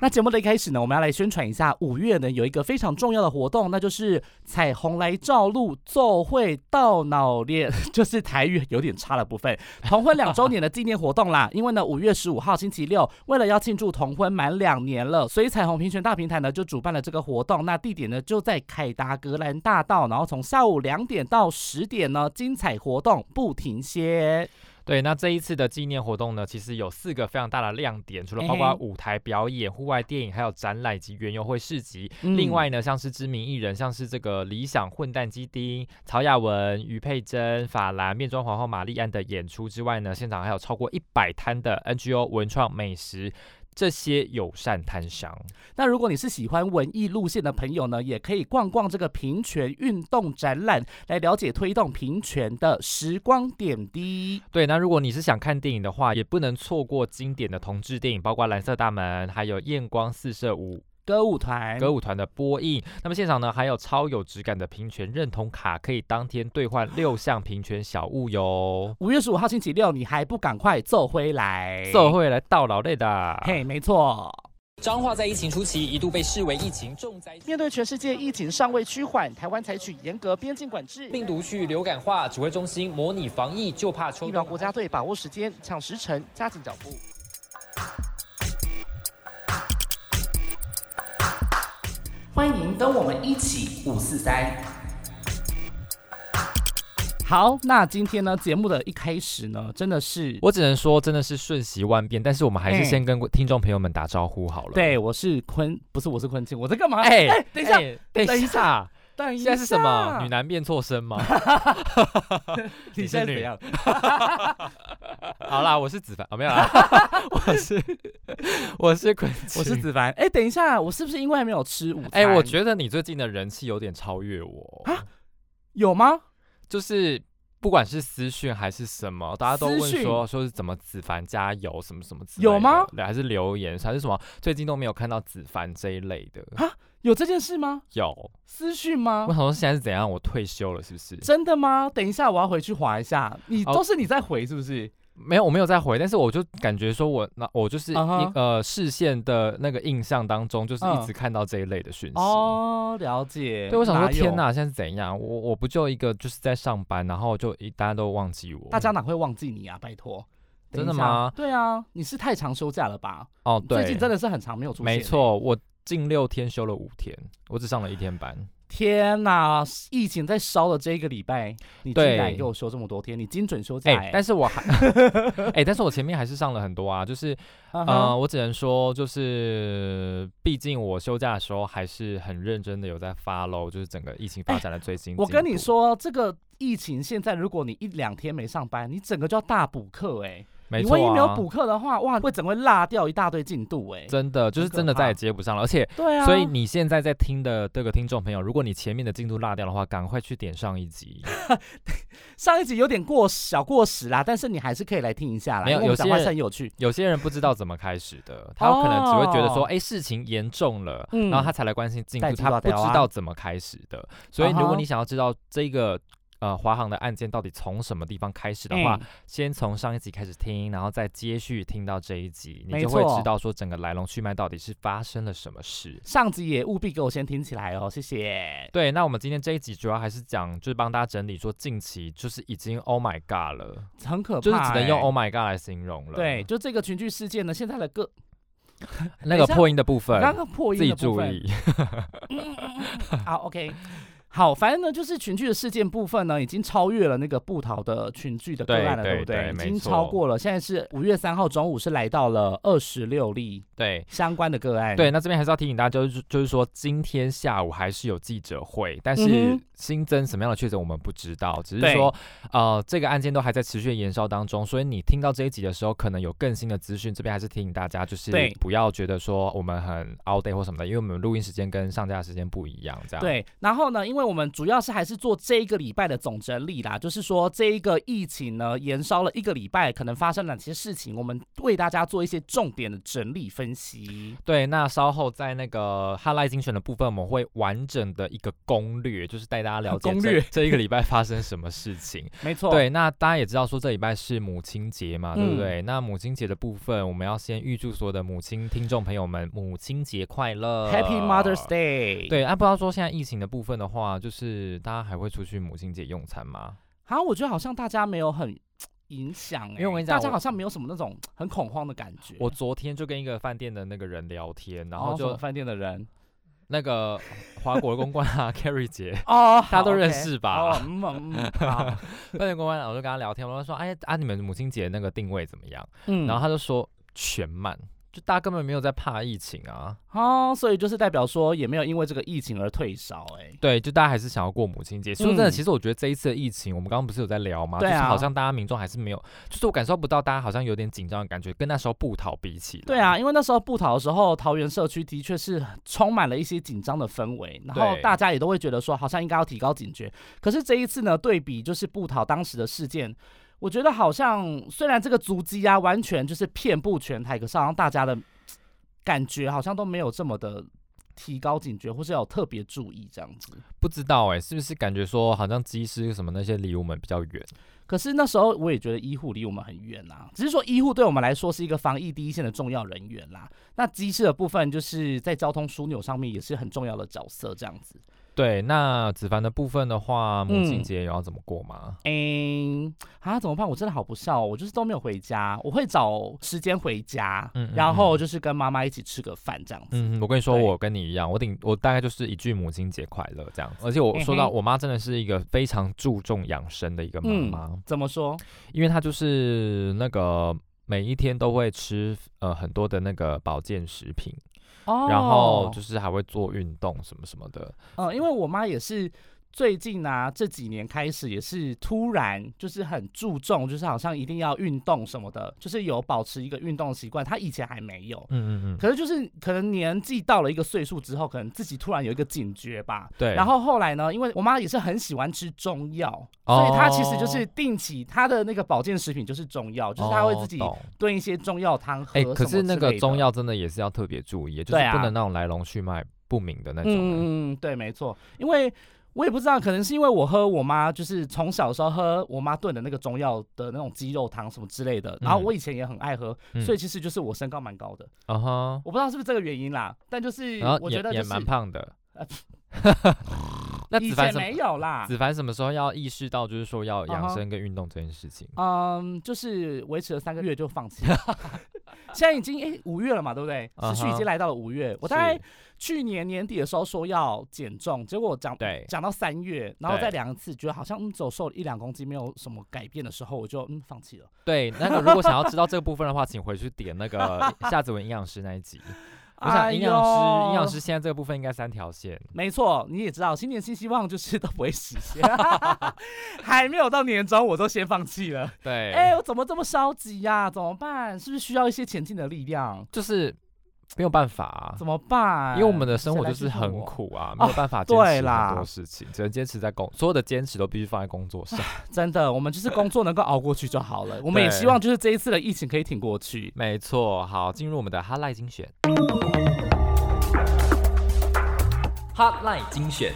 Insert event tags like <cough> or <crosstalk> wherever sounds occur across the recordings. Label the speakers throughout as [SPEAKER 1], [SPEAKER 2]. [SPEAKER 1] 那节目的一开始呢，我们要来宣传一下，五月呢有一个非常重要的活动，那就是彩虹来照路奏会到脑恋， <laughs> 就是台语有点差的部分，同婚两周年的纪念活动啦。因为呢，五月十五号星期六，为了要庆祝同婚满两年了，所以彩虹平权大平台呢就主办了这个活动。那地点呢就在凯达格兰大道，然后从下午两点到十点呢，精彩活动不停歇。
[SPEAKER 2] 对，那这一次的纪念活动呢，其实有四个非常大的亮点，除了包括
[SPEAKER 1] 嘿嘿
[SPEAKER 2] 舞台表演、户外电影，还有展览及园游会市集。
[SPEAKER 1] 嗯
[SPEAKER 2] 另外呢，像是知名艺人，像是这个理想混蛋基丁、曹雅文、于佩珍、法兰、面妆皇后玛丽安的演出之外呢，现场还有超过一百摊的 NGO 文创美食。这些友善摊商，
[SPEAKER 1] 那如果你是喜欢文艺路线的朋友呢，也可以逛逛这个平权运动展览，来了解推动平权的时光点滴。
[SPEAKER 2] 对。那如果你是想看电影的话，也不能错过经典的同志电影，包括《蓝色大门》，还有《艳光四射五
[SPEAKER 1] 歌舞团，。
[SPEAKER 3] 哎
[SPEAKER 2] 歌舞团的播映。那么现场呢，还有超有质感的平权认同卡，可以当天兑换
[SPEAKER 3] <laughs>
[SPEAKER 2] 六项平权小物哟
[SPEAKER 1] 五月十五号星期六，你还不赶快奏回来？
[SPEAKER 3] 哎
[SPEAKER 2] 社，会来到老累的，
[SPEAKER 1] 嘿，没错。
[SPEAKER 3] 彰化在疫情初期一度被视为疫情重灾区。
[SPEAKER 1] 面对全世界疫情尚未趋缓，台湾采取严格边境管制。
[SPEAKER 3] 病毒去流感化，指挥中心模拟防疫，就怕
[SPEAKER 1] 疫
[SPEAKER 3] 抽
[SPEAKER 1] 苗国家队把握时间，抢时辰，加紧脚步。欢迎跟我们一起五四三。好，那今天呢，节目的一开始呢，真的是
[SPEAKER 2] 我只能说真的是瞬息万变，但是我们还是
[SPEAKER 1] 嗯
[SPEAKER 2] 先跟听众朋友们打招呼好了。
[SPEAKER 1] 对，我是坤，不是我是坤庆，我在干嘛？
[SPEAKER 2] 哎，哎，
[SPEAKER 1] 等一下，
[SPEAKER 2] 等
[SPEAKER 1] 等一
[SPEAKER 2] 一下，
[SPEAKER 1] 等一
[SPEAKER 2] 现
[SPEAKER 1] 下，
[SPEAKER 2] 在是什么？女？男变
[SPEAKER 3] <laughs>
[SPEAKER 2] 错身吗？
[SPEAKER 1] 你
[SPEAKER 2] 你
[SPEAKER 1] 现在
[SPEAKER 2] 是
[SPEAKER 1] 怎
[SPEAKER 2] 女
[SPEAKER 1] 样？
[SPEAKER 2] 好啦，我是子凡，哦
[SPEAKER 3] <laughs>
[SPEAKER 2] 没有啦，我是 <laughs> 我是 <laughs> 坤，
[SPEAKER 1] <laughs> 我是。子凡。哎、等一下，我是不是因为还没有吃午餐？
[SPEAKER 2] 哎，我觉得你最近的人气有点超越我
[SPEAKER 1] 啊有吗？
[SPEAKER 2] 就是不管是私讯还是什么，大家都
[SPEAKER 1] 私
[SPEAKER 2] 问
[SPEAKER 1] 讯
[SPEAKER 2] 说说是怎么子凡加油什么什么之类的
[SPEAKER 1] 有吗
[SPEAKER 2] 对还是留言还是什么？最近都没有看到子凡这一类的。
[SPEAKER 1] 有这件事吗？
[SPEAKER 2] 有，
[SPEAKER 1] 私讯吗
[SPEAKER 2] 我？想说现在是怎样？我退休了是不是？
[SPEAKER 1] 真的吗？等一下，我要回去划一下。你
[SPEAKER 2] 哦
[SPEAKER 1] 都是你在回是不是？
[SPEAKER 2] 没有，我没有再回，但是我就感觉说我那我就是一、
[SPEAKER 1] 啊哈
[SPEAKER 2] 呃视线的那个印象当中，就是
[SPEAKER 1] 嗯
[SPEAKER 2] 一直看到这一类的讯息。
[SPEAKER 1] 哦，了解。
[SPEAKER 2] 对，我想说，
[SPEAKER 1] 哪有
[SPEAKER 2] 天，哪，现在是怎样？我我不就一个就是在上班，然后就一大家都忘记我。
[SPEAKER 1] 大家哪会忘记你啊？拜托，
[SPEAKER 2] 真的
[SPEAKER 1] 等一下
[SPEAKER 2] 吗？
[SPEAKER 1] 对啊，你是太常休假了吧？
[SPEAKER 2] 哦，对，
[SPEAKER 1] 最近真的是很常没有出现。
[SPEAKER 2] 没，错，我近六天休了五天，我只上了一天班。
[SPEAKER 1] 天哪，疫情在烧的这一个礼拜，你竟
[SPEAKER 2] 对
[SPEAKER 1] 然给我休这么多天，你精准休假
[SPEAKER 2] 哎、
[SPEAKER 1] 哎、
[SPEAKER 2] 但是
[SPEAKER 1] <laughs>
[SPEAKER 2] 我还，哎、但是我前面还是上了很多啊，就是，
[SPEAKER 1] 嗯哼
[SPEAKER 2] 呃，我只能说，就是，毕竟我休假的时候还是很认真的有在 follow，就是整个疫情发展的最新、
[SPEAKER 1] 哎我跟你，说，这个疫情现在，如果你一两天没上班，你整个就要大补课哎、
[SPEAKER 2] 没
[SPEAKER 1] 你
[SPEAKER 2] 错、啊，
[SPEAKER 1] 万一没有补课的话，哇，会整个会落掉一大堆进度哎、
[SPEAKER 2] 真的就是
[SPEAKER 1] 很可
[SPEAKER 2] 真的再
[SPEAKER 1] 怕
[SPEAKER 2] 也接不上了，而且。
[SPEAKER 1] 对啊，
[SPEAKER 2] 所以你现在在听的这个听众朋友，如果你前面的进度落掉的话，赶快去点上一集。
[SPEAKER 1] 上一集有点过小过时啦，但是你还是可以来听一下啦，
[SPEAKER 2] 没有
[SPEAKER 1] 因为我们
[SPEAKER 2] 有些
[SPEAKER 1] 讲话
[SPEAKER 2] 人
[SPEAKER 1] 是很有趣。
[SPEAKER 2] 有些人不知道怎么开始的，他可能只会觉得说，哎、事情严重了，
[SPEAKER 1] 哦嗯
[SPEAKER 2] 然后他才来关心进
[SPEAKER 1] 带
[SPEAKER 2] 度，
[SPEAKER 1] 进
[SPEAKER 2] 他
[SPEAKER 1] 度
[SPEAKER 2] 不知
[SPEAKER 1] 条啊
[SPEAKER 2] 道怎么开始的。所以，如
[SPEAKER 1] 啊哈
[SPEAKER 2] 果你想要知道这个呃华航的案件到底从什么地方开始的话，
[SPEAKER 1] 嗯
[SPEAKER 2] 先从上一集开始听，然后再接续听到这一集，你
[SPEAKER 1] 没
[SPEAKER 2] 就会
[SPEAKER 1] 错
[SPEAKER 2] 知道说整个来龙去脉到底是发生了什么事。
[SPEAKER 1] 上集也务必给我先听起来哦，谢谢。
[SPEAKER 2] 对，那我们今天这一集主要还是讲，就是帮大家整理说近期就是已经 Oh my God 了，
[SPEAKER 1] 很可怕、
[SPEAKER 2] 就是只能用
[SPEAKER 1] 欸
[SPEAKER 2] Oh my God 来形容了。
[SPEAKER 1] 对，，就这个群聚事件呢，现在的各
[SPEAKER 2] 那
[SPEAKER 1] 等一
[SPEAKER 2] 个
[SPEAKER 1] 下
[SPEAKER 2] 破音的部分，
[SPEAKER 1] 刚刚破
[SPEAKER 2] 自
[SPEAKER 1] 音
[SPEAKER 2] 己
[SPEAKER 1] 的部
[SPEAKER 2] 注
[SPEAKER 1] 分，
[SPEAKER 2] 意。
[SPEAKER 1] 好，OK。好，反正呢，就是群聚的事件部分呢，已经超越了那个布桃的群聚的个案了，
[SPEAKER 2] 对
[SPEAKER 1] 不
[SPEAKER 2] 对
[SPEAKER 1] 对？
[SPEAKER 2] 对
[SPEAKER 1] 已经
[SPEAKER 2] 没错
[SPEAKER 1] 超过了，现在是五月三号中午是来到了二十六例
[SPEAKER 2] 对，
[SPEAKER 1] 相关的个案。
[SPEAKER 2] 对，，那这边还是要提醒大家，就是就是说，今天下午还是有记者会，
[SPEAKER 1] 嗯
[SPEAKER 2] 但是
[SPEAKER 1] 哼
[SPEAKER 2] 新增什么样的确诊我们不知道，只
[SPEAKER 1] 对
[SPEAKER 2] 是说，呃，这个案件都还在持续的延烧当中，所以你听到这一集的时候，可能有更新的资讯，这边还是提醒大家，就是
[SPEAKER 1] 对
[SPEAKER 2] 不要觉得说我们很 out day 或什么的，因为我们录音时间跟上架时间不一样，这样。
[SPEAKER 1] 对，然后呢，因为为我们主要是还是做这一个礼拜的总整理啦，就是说这一个疫情呢延烧了一个礼拜，可能发生了哪些事情，我们为大家做一些重点的整理分析。
[SPEAKER 2] 对，那稍后在那个哈赖精选的部分，我们会完整的一个攻略，就是带大家了解
[SPEAKER 1] <laughs> 攻
[SPEAKER 2] 这
[SPEAKER 1] 略
[SPEAKER 2] 这一个礼拜发生什么事情。
[SPEAKER 1] 没错，，
[SPEAKER 2] 对，那大家也知道说这礼拜是母亲节嘛，对
[SPEAKER 1] 嗯
[SPEAKER 2] 不对？那母亲节的部分，我们要先预祝所有的母亲听众朋友们母亲节快乐
[SPEAKER 1] Happy Mother's Day。，
[SPEAKER 2] 呃对，啊，不知道说现在疫情的部分的话，就是大家还会出去母亲节用餐吗？
[SPEAKER 1] 好，我觉得好像大家没有很影响、欸，
[SPEAKER 2] 因为我跟你
[SPEAKER 1] 大
[SPEAKER 2] 讲
[SPEAKER 1] 家
[SPEAKER 2] 我
[SPEAKER 1] 好像没有什么那种很恐慌的感觉。
[SPEAKER 2] 我昨天就跟一个饭店的那个人聊天，然
[SPEAKER 1] 哦
[SPEAKER 2] 后
[SPEAKER 1] 什么
[SPEAKER 2] 就
[SPEAKER 1] 饭店的
[SPEAKER 2] <laughs>
[SPEAKER 1] 人
[SPEAKER 2] 那个华国公关啊 <laughs> ，Carrie 姐，
[SPEAKER 1] 哦，
[SPEAKER 2] 大家都
[SPEAKER 1] 好，OK
[SPEAKER 2] 认识吧
[SPEAKER 1] 哦，嗯嗯嗯好
[SPEAKER 2] 饭店公关，我就跟他聊天，我就说，哎啊，你们母亲节那个定位怎么样？
[SPEAKER 1] 嗯，
[SPEAKER 2] <laughs> 然后他就说全满，就大家根本没有在怕疫情啊，
[SPEAKER 1] 哦，所以就是代表说也没有因为这个疫情而退烧、欸，
[SPEAKER 2] 对，就大家还是想要过母亲节。说真的，
[SPEAKER 1] 嗯
[SPEAKER 2] 其实我觉得这一次的疫情，我们刚刚不是有在聊吗？
[SPEAKER 1] 对
[SPEAKER 2] 就是
[SPEAKER 1] 啊
[SPEAKER 2] 好像大家民众还是没有，就是我感受不到大家好像有点紧张的感觉，跟那时候布逃比起来。
[SPEAKER 1] 对啊，因为那时候布桃的时候，桃园社区的确是充满了一些紧张的氛围，然后
[SPEAKER 2] 对
[SPEAKER 1] 大家也都会觉得说，好像应该要提高警觉。可是这一次呢，对比就是布桃当时的事件，我觉得好像虽然这个足迹啊，完全就是遍布全台，可是好像大家的嘖感觉好像都没有这么的提高警觉，或是要有特别注意这样子。
[SPEAKER 2] 不知道哎、是不是感觉说好像机师什么那些离我们比较远？
[SPEAKER 1] 可是那时候我也觉得医护离我们很远啦、只是说医护对我们来说是一个防疫第一线的重要人员啦。那机师的部分就是在交通枢纽上面也是很重要的角色，这样子。
[SPEAKER 2] 对，那子凡的部分的话，母亲
[SPEAKER 1] 嗯
[SPEAKER 2] 节有要怎么过吗？
[SPEAKER 1] 嗯，啊，怎么办？我真的好不孝、哦，我就是都没有回家，我会找时间回家，
[SPEAKER 2] 嗯嗯
[SPEAKER 1] 然后就是跟妈妈一起吃个饭这样子。
[SPEAKER 2] 嗯，我跟你说，
[SPEAKER 1] 对
[SPEAKER 2] 我跟你一样，我顶我大概就是一句母亲节快乐这样子。而且我说
[SPEAKER 1] 嗯
[SPEAKER 2] 到
[SPEAKER 1] 哼嗯
[SPEAKER 2] 我妈真的是一个非常注重养生的一个妈妈，
[SPEAKER 1] 怎么说？
[SPEAKER 2] 因为她就是那个每一天都会吃呃很多的那个保健食品，
[SPEAKER 1] 哦，
[SPEAKER 2] 然后就是还会做运动什么什么的。
[SPEAKER 1] 嗯，因为我妈也是最近啊这几年开始也是突然就是很注重，就是好像一定要运动什么的，就是有保持一个运动的习惯，她以前还没有。
[SPEAKER 2] 嗯嗯嗯，
[SPEAKER 1] 可是就是可能年纪到了一个岁数之后，可能自己突然有一个警觉吧。
[SPEAKER 2] 对。
[SPEAKER 1] 然后后来呢，因为我妈也是很喜欢吃中药，
[SPEAKER 2] 哦
[SPEAKER 1] 所以她其实就是定期她的那个保健食品就是中药，就是她会自己
[SPEAKER 2] 哦懂
[SPEAKER 1] 炖一些中药汤喝
[SPEAKER 2] 哎、
[SPEAKER 1] 什么之类的。
[SPEAKER 2] 可是那个中药真的也是要特别注意，就
[SPEAKER 1] 对
[SPEAKER 2] 是
[SPEAKER 1] 啊
[SPEAKER 2] 不能那种来龙去脉不明的那种。
[SPEAKER 1] 嗯嗯嗯，对，没错，因为我也不知道，可能是因为我喝我妈就是从小的时候喝我妈炖的那个中药的那种鸡肉汤什么之类的，然后我以前也很爱喝，
[SPEAKER 2] 嗯
[SPEAKER 1] 所以其实就是我身高蛮高的，
[SPEAKER 2] 啊哈，
[SPEAKER 1] 我不知道是不是这个原因啦，但就是
[SPEAKER 2] 然后
[SPEAKER 1] 我
[SPEAKER 2] 也
[SPEAKER 1] 觉得
[SPEAKER 2] 也
[SPEAKER 1] 就是
[SPEAKER 2] 蛮胖的
[SPEAKER 1] <laughs> 呃。
[SPEAKER 2] 那
[SPEAKER 1] 以
[SPEAKER 2] 子凡
[SPEAKER 1] 前
[SPEAKER 2] 什么
[SPEAKER 1] 没？有啦，
[SPEAKER 2] 子凡什么时候要意识到，就是说要
[SPEAKER 1] 啊
[SPEAKER 2] 养
[SPEAKER 1] 哈
[SPEAKER 2] 生跟运动这件事情？
[SPEAKER 1] 嗯，就是维持了三个月就放弃了， <laughs> 现在已经诶五、月了嘛，对不对？
[SPEAKER 2] 啊哈
[SPEAKER 1] 持续已经来到了五月，我大概去年年底的时候说要减重，结果讲
[SPEAKER 2] 对
[SPEAKER 1] 讲到三月，然后
[SPEAKER 2] 对
[SPEAKER 1] 再量一次，觉得好像嗯只有瘦了一两公斤，没有什么改变的时候，我就嗯放弃了。
[SPEAKER 2] 对，那个如果想要知道这个部分的话，请回去点
[SPEAKER 1] <laughs>
[SPEAKER 2] 那个夏子文营养师那一集。我想营养师，营
[SPEAKER 1] 哎
[SPEAKER 2] 养
[SPEAKER 1] 呦
[SPEAKER 2] 师现在这个部分应该三条线。
[SPEAKER 1] 没错，你也知道，新年新希望就是都不会实
[SPEAKER 2] <laughs>
[SPEAKER 1] 现， <laughs> 还没有到年终我都先放弃了。
[SPEAKER 2] 对，
[SPEAKER 1] 哎、我怎么这么消极呀、怎么办？是不是需要一些前进的力量？
[SPEAKER 2] 就是没有办法、啊
[SPEAKER 1] 怎，么办？
[SPEAKER 2] 因为我们的生活
[SPEAKER 1] 谁来
[SPEAKER 2] 就是
[SPEAKER 1] 支持
[SPEAKER 2] 很
[SPEAKER 1] 我
[SPEAKER 2] 苦啊，没有办法
[SPEAKER 1] 对
[SPEAKER 2] 坚持很多
[SPEAKER 1] 啦
[SPEAKER 2] 事情，只能坚持在工，所有的坚持都必须放在工作上。
[SPEAKER 1] 真的，我们就是工作能够熬过去就好了。我们也
[SPEAKER 2] 对
[SPEAKER 1] 希望就是这一次的疫情可以挺过去。
[SPEAKER 2] 没错，好，进入我们的哈赖精选。哈赖精选。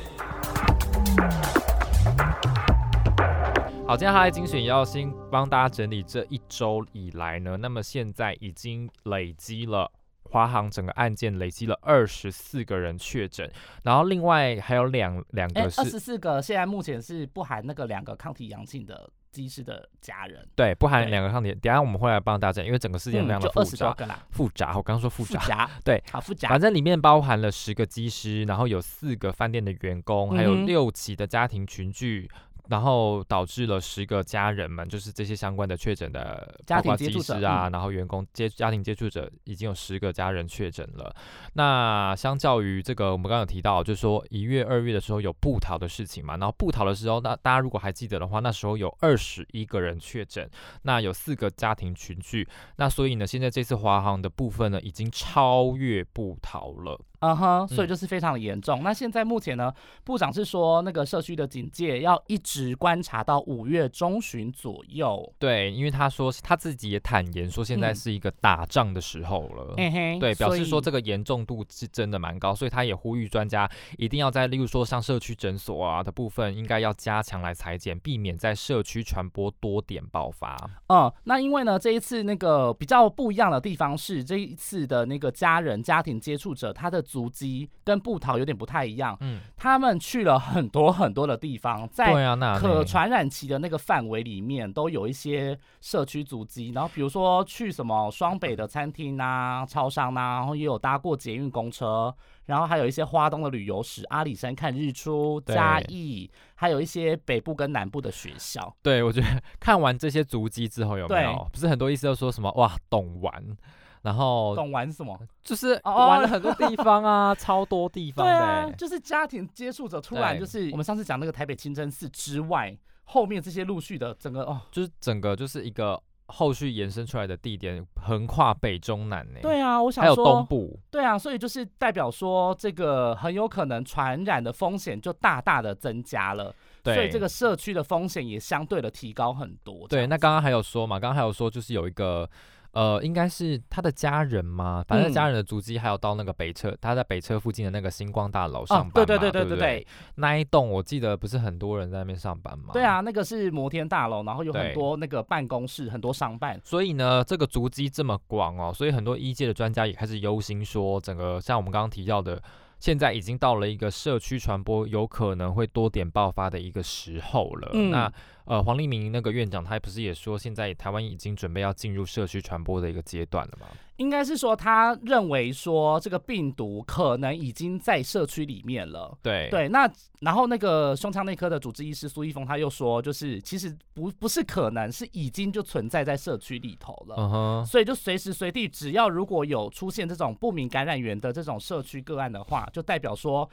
[SPEAKER 2] 好，今天哈赖精选也要先帮大家整理这一周以来呢，那么现在已经累积了。华航整个案件累积了二十四个人确诊，然后另外还有两两
[SPEAKER 1] 哎、
[SPEAKER 2] 个是、
[SPEAKER 1] 二十四个现在目前是不含那个两个抗体阳性的机师的家人，
[SPEAKER 2] 对，不含
[SPEAKER 1] 对
[SPEAKER 2] 两个抗体。等一下我们会来帮大家讲，因为整个事件非常
[SPEAKER 1] 嗯、
[SPEAKER 2] 的
[SPEAKER 1] 就
[SPEAKER 2] 复
[SPEAKER 1] 二十多
[SPEAKER 2] 杂。
[SPEAKER 1] 个啦，
[SPEAKER 2] 复杂，我刚刚说复杂，
[SPEAKER 1] 夹
[SPEAKER 2] 对，
[SPEAKER 1] 好复杂
[SPEAKER 2] 反。正里面包含了十个机师，然后有四个饭店的员工，还有
[SPEAKER 1] 嗯哼
[SPEAKER 2] 六起的家庭群聚。然后导致了十个家人们，就是这些相关的确诊的
[SPEAKER 1] 家
[SPEAKER 2] 包括
[SPEAKER 1] 庭接触
[SPEAKER 2] 技师
[SPEAKER 1] 者嗯
[SPEAKER 2] 啊，然后员工接家庭接触者已经有十个家人确诊了。那相较于这个，我们刚刚有提到，就是说一月、二月的时候有布逃的事情嘛，然后布逃的时候，那大家如果还记得的话，那时候有二十一个人确诊，那有四个家庭群聚，那所以呢，现在这次华航的部分呢，已经超越布桃了。
[SPEAKER 1] 嗯哼，所以就是非常的严重。那现在目前呢，部长是说那个社区的警戒要一直观察到五月中旬左右。
[SPEAKER 2] 对，因为他说他自己也坦言说，现在
[SPEAKER 1] 嗯
[SPEAKER 2] 是一个打仗的时候了。
[SPEAKER 1] 嘿嘿，
[SPEAKER 2] 呃对，表
[SPEAKER 1] 所
[SPEAKER 2] 示说
[SPEAKER 1] 以
[SPEAKER 2] 这个严重度是真的蛮高，所以他也呼吁专家一定要在，例如说像社区诊所啊的部分，应该要加强来裁剪，避免在社区传播多点爆发。
[SPEAKER 1] 嗯，那因为呢，这一次那个比较不一样的地方是，这一次的那个家人家庭接触者，他的足迹跟布桃有点不太一样，
[SPEAKER 2] 嗯，
[SPEAKER 1] 他们去了很多很多的地方，
[SPEAKER 2] 对
[SPEAKER 1] 在
[SPEAKER 2] 啊，那
[SPEAKER 1] 可
[SPEAKER 2] 呢
[SPEAKER 1] 传染期的那个范围里面，都有一些社区足迹。然后比如说去什么双北的餐厅啊、超商啊，然后也有搭过捷运公车，然后还有一些花东的旅游史，阿里山看日出、
[SPEAKER 2] 对
[SPEAKER 1] 嘉义，还有一些北部跟南部的学校。
[SPEAKER 2] <laughs> 对，我觉得 <laughs> 看完这些足迹之后，有没
[SPEAKER 1] 对
[SPEAKER 2] 有不是很多意思都说什么哇懂玩，然后
[SPEAKER 1] 懂玩什么？
[SPEAKER 2] 就是
[SPEAKER 1] 哦
[SPEAKER 2] 玩了很多地方啊， <laughs> 超多地方
[SPEAKER 1] 对
[SPEAKER 2] 的
[SPEAKER 1] 啊，
[SPEAKER 2] 欸。
[SPEAKER 1] 就是家庭接触者突然
[SPEAKER 2] 对
[SPEAKER 1] 就是我们上次讲那个台北清真寺之外，后面这些陆续的整个哦，
[SPEAKER 2] 就是整个就是一个后续延伸出来的地点，横跨北中南呢、
[SPEAKER 1] 对啊，我想
[SPEAKER 2] 还有东
[SPEAKER 1] 说，
[SPEAKER 2] 部，
[SPEAKER 1] 对啊，所以就是代表说这个很有可能传染的风险就大大的增加了，
[SPEAKER 2] 对，
[SPEAKER 1] 所以这个社区的风险也相对的提高很多。这
[SPEAKER 2] 对。
[SPEAKER 1] 样
[SPEAKER 2] 那刚刚还有说嘛，刚刚还有说就是有一个。呃，应该是他的家人吗？反正
[SPEAKER 1] 嗯
[SPEAKER 2] 家人的足迹，还有到那个北侧，他在北侧附近的那个星光大楼上
[SPEAKER 1] 哦
[SPEAKER 2] 班嘛、，
[SPEAKER 1] 对对对对
[SPEAKER 2] 对不
[SPEAKER 1] 对
[SPEAKER 2] 对
[SPEAKER 1] 对，
[SPEAKER 2] 那一栋我记得不是很多人在那边上班吗？
[SPEAKER 1] 对，啊，那个是摩天大楼，然后有很
[SPEAKER 2] 对
[SPEAKER 1] 多那个办公室，很多商办。
[SPEAKER 2] 所以呢，这个足迹这么广哦，所以很多医界的专家也开始忧心说，整个像我们刚刚提到的，现在已经到了一个社区传播有可能会多点爆发的一个时候了。
[SPEAKER 1] 嗯
[SPEAKER 2] 那呃，黄立明那个院长他不是也说，现在台湾已经准备要进入社区传播的一个阶段了吗？
[SPEAKER 1] 应该是说，他认为说这个病毒可能已经在社区里面了，
[SPEAKER 2] 对
[SPEAKER 1] 对，那然后那个胸腔内科的主治医师苏一峰他又说，就是其实不不是可能，是已经就存在在社区里头了。
[SPEAKER 2] 嗯哼，
[SPEAKER 1] 所以就随时随地，只要如果有出现这种不明感染源的这种社区个案的话，就代表说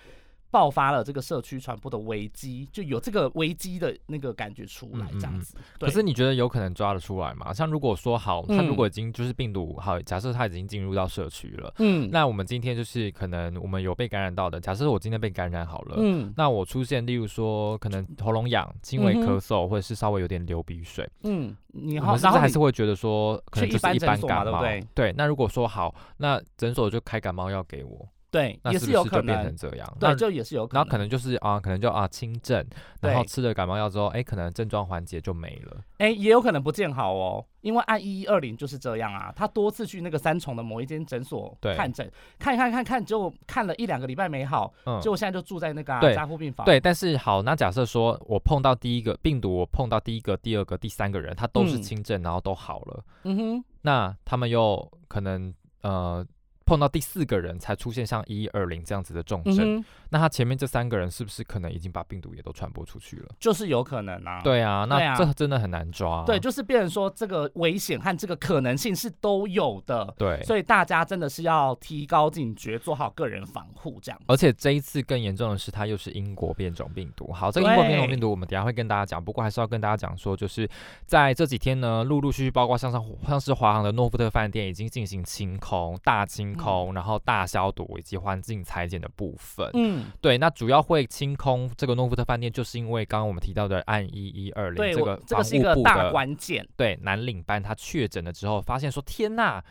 [SPEAKER 1] 爆发了这个社区传播的危机，就有这个危机的那个感觉出来，
[SPEAKER 2] 嗯嗯
[SPEAKER 1] 这样
[SPEAKER 2] 嗯
[SPEAKER 1] 子。对
[SPEAKER 2] 可是你觉得有可能抓得出来吗？像如果说好，他如
[SPEAKER 1] 嗯
[SPEAKER 2] 果已经就是病毒好，假设他已经进入到社区了，
[SPEAKER 1] 嗯
[SPEAKER 2] 那我们今天就是可能我们有被感染到的，假设我今天被感染好了，
[SPEAKER 1] 嗯
[SPEAKER 2] 那我出现，例如说可能喉咙痒、轻微
[SPEAKER 1] 嗯哼
[SPEAKER 2] 咳嗽，或者是稍微有点流鼻水，
[SPEAKER 1] 嗯，你
[SPEAKER 2] 我
[SPEAKER 1] 好，
[SPEAKER 2] 们是
[SPEAKER 1] 然
[SPEAKER 2] 不是
[SPEAKER 1] 后
[SPEAKER 2] 还
[SPEAKER 1] 你
[SPEAKER 2] 是会觉得说可能
[SPEAKER 1] 去
[SPEAKER 2] 就
[SPEAKER 1] 一般
[SPEAKER 2] 是一
[SPEAKER 1] 诊
[SPEAKER 2] 般
[SPEAKER 1] 所嘛
[SPEAKER 2] 感
[SPEAKER 1] 对不
[SPEAKER 2] 冒？
[SPEAKER 1] 对
[SPEAKER 2] 那如果说好，那诊所就开感冒药给我，
[SPEAKER 1] 对，
[SPEAKER 2] 那
[SPEAKER 1] 也
[SPEAKER 2] 是不
[SPEAKER 1] 有
[SPEAKER 2] 是
[SPEAKER 1] 可
[SPEAKER 2] 就变
[SPEAKER 1] 能
[SPEAKER 2] 成，这样？
[SPEAKER 1] 对，
[SPEAKER 2] 那
[SPEAKER 1] 就也是有可
[SPEAKER 2] 然
[SPEAKER 1] 能
[SPEAKER 2] 后。可能就是啊，可能就啊轻症，然后
[SPEAKER 1] 对
[SPEAKER 2] 吃了感冒药之后，哎，可能症状缓解就没了。
[SPEAKER 1] 哎、也有可能不见好哦，因为按一一二零就是这样啊。他多次去那个三重的某一间诊所
[SPEAKER 2] 对
[SPEAKER 1] 看诊，看一看看看，结果看了一两个礼拜没好，
[SPEAKER 2] 嗯
[SPEAKER 1] 结，果现在就住在那个、啊、
[SPEAKER 2] 对
[SPEAKER 1] 加护病房。
[SPEAKER 2] 对。但是好，那假设说我碰到第一个病毒，我碰到第一个、第二个、第三个人，他都是
[SPEAKER 1] 嗯
[SPEAKER 2] 轻症，然后都好了。
[SPEAKER 1] 嗯哼，
[SPEAKER 2] 那他们又可能呃碰到第四个人才出现像一二零这样子的重
[SPEAKER 1] 嗯
[SPEAKER 2] 症，
[SPEAKER 1] 哼，
[SPEAKER 2] 那他前面这三个人是不是可能已经把病毒也都传播出去了？
[SPEAKER 1] 就是有可能啊。
[SPEAKER 2] 对啊，
[SPEAKER 1] 嗯对
[SPEAKER 2] 那
[SPEAKER 1] 啊
[SPEAKER 2] 这真的很难抓、
[SPEAKER 1] 对，就是变成说这个危险和这个可能性是都有的，
[SPEAKER 2] 对。
[SPEAKER 1] 所以大家真的是要提高警觉，做好个人防护这样。
[SPEAKER 2] 而且这一次更严重的是，它又是英国变种病毒。好，这个英国变种
[SPEAKER 1] 对
[SPEAKER 2] 病毒我们等一下会跟大家讲，不过还是要跟大家讲说，就是在这几天呢，陆陆续续包括像上像是华航的诺富特饭店已经进行清空、大清空，然后大消毒以及环境裁剪的部分。
[SPEAKER 1] 嗯，
[SPEAKER 2] 对，那主要会清空这个诺富特饭店，就是因为刚刚我们提到的按一一二零
[SPEAKER 1] 对，
[SPEAKER 2] 这
[SPEAKER 1] 我
[SPEAKER 2] 个
[SPEAKER 1] 这
[SPEAKER 2] 防
[SPEAKER 1] 个是一个
[SPEAKER 2] 务部
[SPEAKER 1] 大
[SPEAKER 2] 的
[SPEAKER 1] 关键。
[SPEAKER 2] 对南领班他确诊了之后，发现说天呐，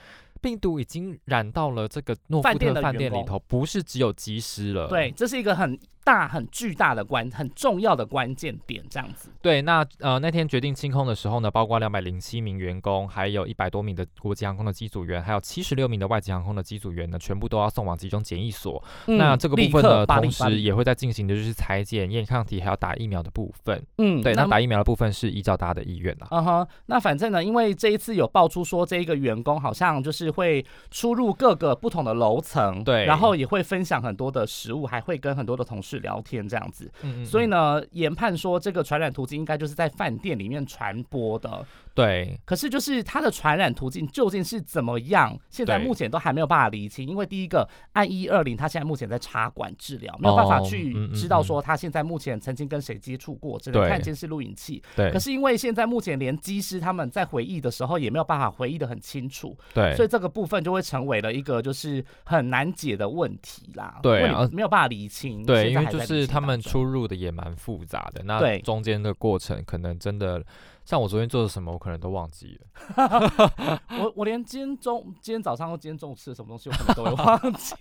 [SPEAKER 2] 病毒已经染到了这个诺
[SPEAKER 1] 饭
[SPEAKER 2] 富
[SPEAKER 1] 店
[SPEAKER 2] 特
[SPEAKER 1] 的
[SPEAKER 2] 饭
[SPEAKER 1] 员
[SPEAKER 2] 店里
[SPEAKER 1] 工
[SPEAKER 2] 头，不是只有机师了。
[SPEAKER 1] 对，这是一个很大、很巨大的关、很重要的关键点，这样子。
[SPEAKER 2] 对，那呃那天决定清空的时候呢，包括两百零七名员工，还有一百多名的国际航空的机组员，还有七十六名的外籍航空的机组员呢，全部都要送往集中检疫所。那
[SPEAKER 1] 嗯
[SPEAKER 2] 这个部
[SPEAKER 1] 立
[SPEAKER 2] 分
[SPEAKER 1] 刻
[SPEAKER 2] 呢，
[SPEAKER 1] 巴黎
[SPEAKER 2] 同
[SPEAKER 1] 巴黎
[SPEAKER 2] 时也会在进行的就是裁剪、验抗体还有打疫苗的部分。
[SPEAKER 1] 嗯，
[SPEAKER 2] 对，那
[SPEAKER 1] 么
[SPEAKER 2] 打疫苗的部分是依照大家的意愿啦。
[SPEAKER 1] 嗯哼，那反正呢，因为这一次有爆出说，这一个员工好像就是会出入各个不同的楼层，
[SPEAKER 2] 对
[SPEAKER 1] 然后也会分享很多的食物，还会跟很多的同事聊天这样子，
[SPEAKER 2] 嗯
[SPEAKER 1] 所以，呢，研判说这个传染途径应该就是在饭店里面传播的，
[SPEAKER 2] 对，
[SPEAKER 1] 可是就是它的传染途径究竟是怎么样，现在
[SPEAKER 2] 对
[SPEAKER 1] 目前都还没有办法厘清。因为第一个，按一二零，它现在目前在插管治疗，没有办法
[SPEAKER 2] 哦
[SPEAKER 1] 去
[SPEAKER 2] 嗯嗯
[SPEAKER 1] 知道
[SPEAKER 2] 嗯
[SPEAKER 1] 说它现在目前曾经跟谁接触过，只能
[SPEAKER 2] 对
[SPEAKER 1] 看监视录影器。
[SPEAKER 2] 对
[SPEAKER 1] 可，是因为现在目前连机师他们在回忆的时候也没有办法回忆的很清楚，
[SPEAKER 2] 对，
[SPEAKER 1] 所以这个部分就会成为了一个就是很难解的问题啦。
[SPEAKER 2] 对
[SPEAKER 1] 因为
[SPEAKER 2] 啊
[SPEAKER 1] 你没有办法理清。
[SPEAKER 2] 对，
[SPEAKER 1] 现
[SPEAKER 2] 因
[SPEAKER 1] 在
[SPEAKER 2] 为
[SPEAKER 1] 还
[SPEAKER 2] 就
[SPEAKER 1] 在
[SPEAKER 2] 是
[SPEAKER 1] 厘清
[SPEAKER 2] 他
[SPEAKER 1] 当
[SPEAKER 2] 们
[SPEAKER 1] 中
[SPEAKER 2] 出入的也蛮复杂的，那
[SPEAKER 1] 对
[SPEAKER 2] 中间的过程可能真的，像我昨天做了什么，我可能都忘记了。
[SPEAKER 1] 我我连今天中今天早上或今天中午吃了什么东西，我可能都会忘
[SPEAKER 2] <laughs>
[SPEAKER 1] 记。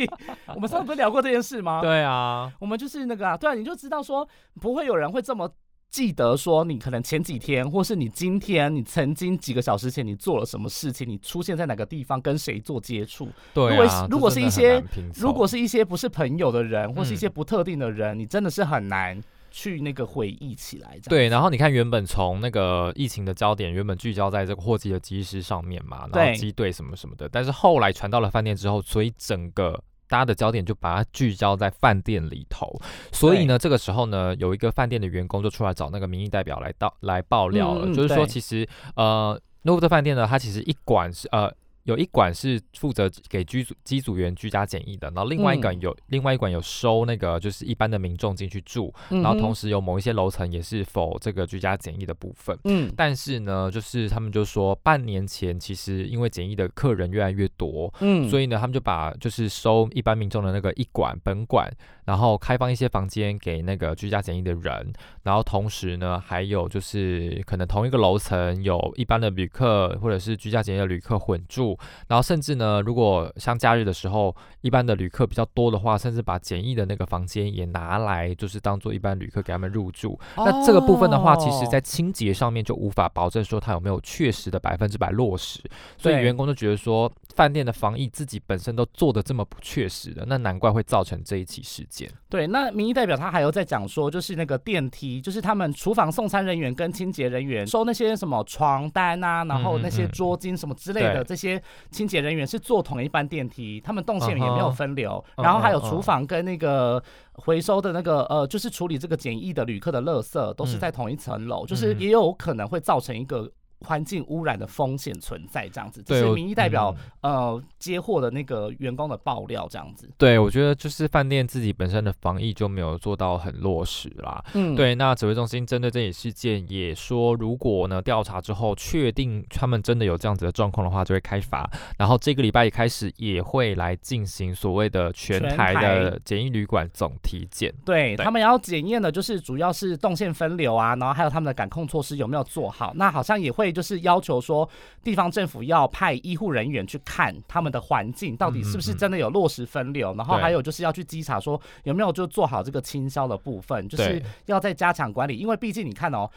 [SPEAKER 1] 我们上次不是聊过这件事吗？，
[SPEAKER 2] 对啊，
[SPEAKER 1] 我们就是那个啊，对啊，你就知道说不会有人会这么记得说你可能前几天，或是你今天，你曾经几个小时前你做了什么事情，你出现在哪个地方，跟谁做接触。
[SPEAKER 2] 对
[SPEAKER 1] 果
[SPEAKER 2] 啊
[SPEAKER 1] 是，
[SPEAKER 2] 这
[SPEAKER 1] 如果
[SPEAKER 2] 真
[SPEAKER 1] 是一
[SPEAKER 2] 的很
[SPEAKER 1] 些
[SPEAKER 2] 难拼
[SPEAKER 1] 如果
[SPEAKER 2] 凑
[SPEAKER 1] 是一些不是朋友的人，或是一些
[SPEAKER 2] 嗯
[SPEAKER 1] 不特定的人，你真的是很难去那个回忆起来。这样，
[SPEAKER 2] 对，然后你看，原本从那个疫情的焦点，原本聚焦在这个货机的机师上面嘛，然
[SPEAKER 1] 对
[SPEAKER 2] 后机队什么什么的，但是后来传到了饭店之后，所以整个大家的焦点就把它聚焦在饭店里头。所以呢，这个时候呢，有一个饭店的员工就出来找那个民意代表来到来爆料了，
[SPEAKER 1] 嗯嗯
[SPEAKER 2] 就是说，
[SPEAKER 1] 对
[SPEAKER 2] 其实呃，诺福特饭店呢，它其实一管是呃。有一管是负责给居组机组员居家检疫的，然后另外一
[SPEAKER 1] 嗯
[SPEAKER 2] 管有、另外一管有收那个就是一般的民众进去住，
[SPEAKER 1] 嗯哼，
[SPEAKER 2] 然后同时有某一些楼层也是否这个居家检疫的部分。
[SPEAKER 1] 嗯，
[SPEAKER 2] 但是呢，就是他们就说，半年前其实因为检疫的客人越来越多，
[SPEAKER 1] 嗯
[SPEAKER 2] 所
[SPEAKER 1] 以
[SPEAKER 2] 以呢，他们就把就是收一般民众的那个一馆本馆，然后开放一些房间给那个居家检疫的人，然后同时呢，还有就是可能同一个楼层有一般的旅客或者是居家检疫的旅客混住，然后甚至呢，如果像假日的时候，一般的旅客比较多的话，甚至把检疫的那个房间也拿来就是当做一般旅客给他们入住。那这个部分的话，其实
[SPEAKER 1] 哦
[SPEAKER 2] 在清洁上面就无法保证说它有没有确实的百分之百落实，所以
[SPEAKER 1] 对
[SPEAKER 2] 员工就觉得说，饭店的防疫自己本身都做的这么不确实的，那难怪会造成这一起事件。
[SPEAKER 1] 对，那民意代表他还有在讲说，就是那个电梯，就是他们厨房送餐人员跟清洁人员收那些什么床单啊，然后
[SPEAKER 2] 嗯嗯
[SPEAKER 1] 那些
[SPEAKER 2] 嗯
[SPEAKER 1] 桌巾什么之类的，
[SPEAKER 2] 对
[SPEAKER 1] 这些清洁人员是坐同一班电梯，他们动线也没有
[SPEAKER 2] 嗯哼
[SPEAKER 1] 分流，
[SPEAKER 2] 嗯
[SPEAKER 1] 然后还有
[SPEAKER 2] 嗯嗯
[SPEAKER 1] 厨房跟那个回收的那个呃，就是处理这个简易的旅客的垃圾都是在同一层楼，就是
[SPEAKER 2] 嗯嗯
[SPEAKER 1] 也有可能会造成一个。环境污染的风险存在，这样子，这
[SPEAKER 2] 对，
[SPEAKER 1] 是
[SPEAKER 2] 我
[SPEAKER 1] 民意代表、
[SPEAKER 2] 嗯
[SPEAKER 1] 呃接获的那个员工的爆料，这样子。
[SPEAKER 2] 对，我觉得就是饭店自己本身的防疫就没有做到很落实啦。
[SPEAKER 1] 嗯，
[SPEAKER 2] 对，那指挥中心针对这起事件也说，如果呢调查之后确定他们真的有这样子的状况的话，就会开罚。然后这个礼拜一开始也会来进行所谓的全
[SPEAKER 1] 全
[SPEAKER 2] 台
[SPEAKER 1] 台
[SPEAKER 2] 的简易旅馆总体检。
[SPEAKER 1] 对
[SPEAKER 2] 对
[SPEAKER 1] 他们要检验的就是主要是动线分流啊，然后还有他们的感控措施有没有做好。那好像也会就是要求说，地方政府要派医护人员去看他们的环境到底是不是真的有落实分流，然后
[SPEAKER 2] 对
[SPEAKER 1] 还有就是要去稽查说有没有就做好这个清消的部分，就是
[SPEAKER 2] 对
[SPEAKER 1] 要再加强管理，因为毕竟你看哦。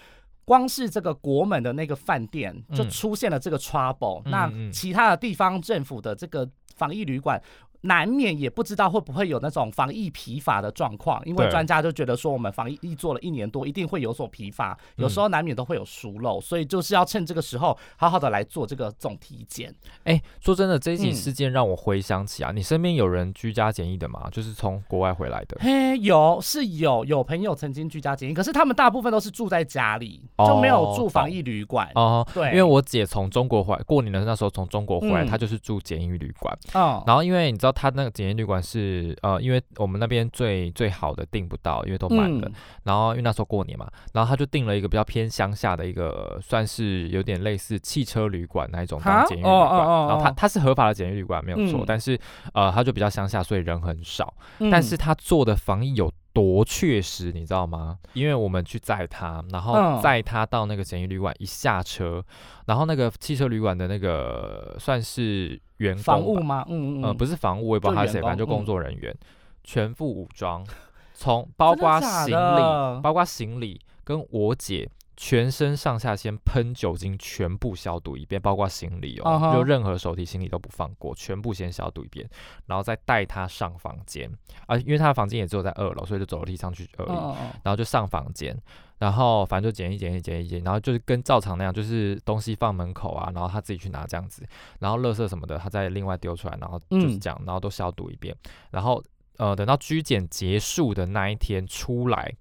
[SPEAKER 1] 光是这个国门的那个饭店就
[SPEAKER 2] 嗯
[SPEAKER 1] 出现了这个 trouble，、
[SPEAKER 2] 嗯
[SPEAKER 1] 那
[SPEAKER 2] 嗯
[SPEAKER 1] 其他的地方政府的这个防疫旅馆难免也不知道会不会有那种防疫疲乏的状况，因为
[SPEAKER 2] 对
[SPEAKER 1] 专家就觉得说我们防疫做了一年多，一定会有所疲乏，
[SPEAKER 2] 嗯
[SPEAKER 1] 有时候难免都会有疏漏，所以就是要趁这个时候好好的来做这个总体检。
[SPEAKER 2] 哎，说真的，这一起
[SPEAKER 1] 嗯
[SPEAKER 2] 事件让我回想起啊，你身边有人居家检疫的吗？就是从国外回来
[SPEAKER 1] <laughs>
[SPEAKER 2] 的。
[SPEAKER 1] 嘿，有是有有朋友曾经居家检疫，可是他们大部分都是住在家里，
[SPEAKER 2] 哦
[SPEAKER 1] 就没有住防疫旅馆。
[SPEAKER 2] 哦，
[SPEAKER 1] 对，
[SPEAKER 2] 因为我姐从中国回来过年的那时候从中国回来，
[SPEAKER 1] 嗯
[SPEAKER 2] 她就是住简易旅馆。
[SPEAKER 1] 嗯，
[SPEAKER 2] 然后因为你知道她那个简易旅馆是呃，因为我们那边最最好的订不到，因为都满了。
[SPEAKER 1] 嗯
[SPEAKER 2] 然后因为那时候过年嘛，然后她就订了一个比较偏乡下的一个，算是有点类似汽车旅馆那一种
[SPEAKER 1] 哈
[SPEAKER 2] 当简易旅馆。
[SPEAKER 1] 哦哦哦
[SPEAKER 2] 然后它
[SPEAKER 1] 哦
[SPEAKER 2] 它是合法的简易旅馆没有错，
[SPEAKER 1] 嗯
[SPEAKER 2] 但是呃，它就比较乡下，所以人很少。
[SPEAKER 1] 嗯
[SPEAKER 2] 但是他做的防疫有多确实，你知道吗？因为我们去载他，然后
[SPEAKER 1] 嗯
[SPEAKER 2] 载他到那个简易旅馆，一下车，然后那个汽车旅馆的那个算是员工吧
[SPEAKER 1] 房务吗？嗯嗯，
[SPEAKER 2] 呃，不是房务，我也不知道他是谁，
[SPEAKER 1] 就员工嗯
[SPEAKER 2] 反正就工作人员，全副武装，
[SPEAKER 1] <laughs>
[SPEAKER 2] 从包括行
[SPEAKER 1] 真的假
[SPEAKER 2] 李，
[SPEAKER 1] 的
[SPEAKER 2] 包括行李跟我姐。全身上下先喷酒精，全部消毒一遍，包括行李哦
[SPEAKER 1] 嗯哼
[SPEAKER 2] 就任何手提行李都不放过，全部先消毒一遍，然后再带他上房间啊，因为他的房间也只有在二楼，所以就走楼梯上去而已。
[SPEAKER 1] 嗯嗯嗯
[SPEAKER 2] <laughs> 然后就上房间，然后反正就捡一捡一捡一捡，然后就是跟照常那样，就是东西放门口啊，然后他自己去拿这样子，然后垃圾什么的他再另外丢出来，然后就是
[SPEAKER 1] 嗯
[SPEAKER 2] 这样，然后都消毒一遍，然后呃等到居检结束的那一天出来。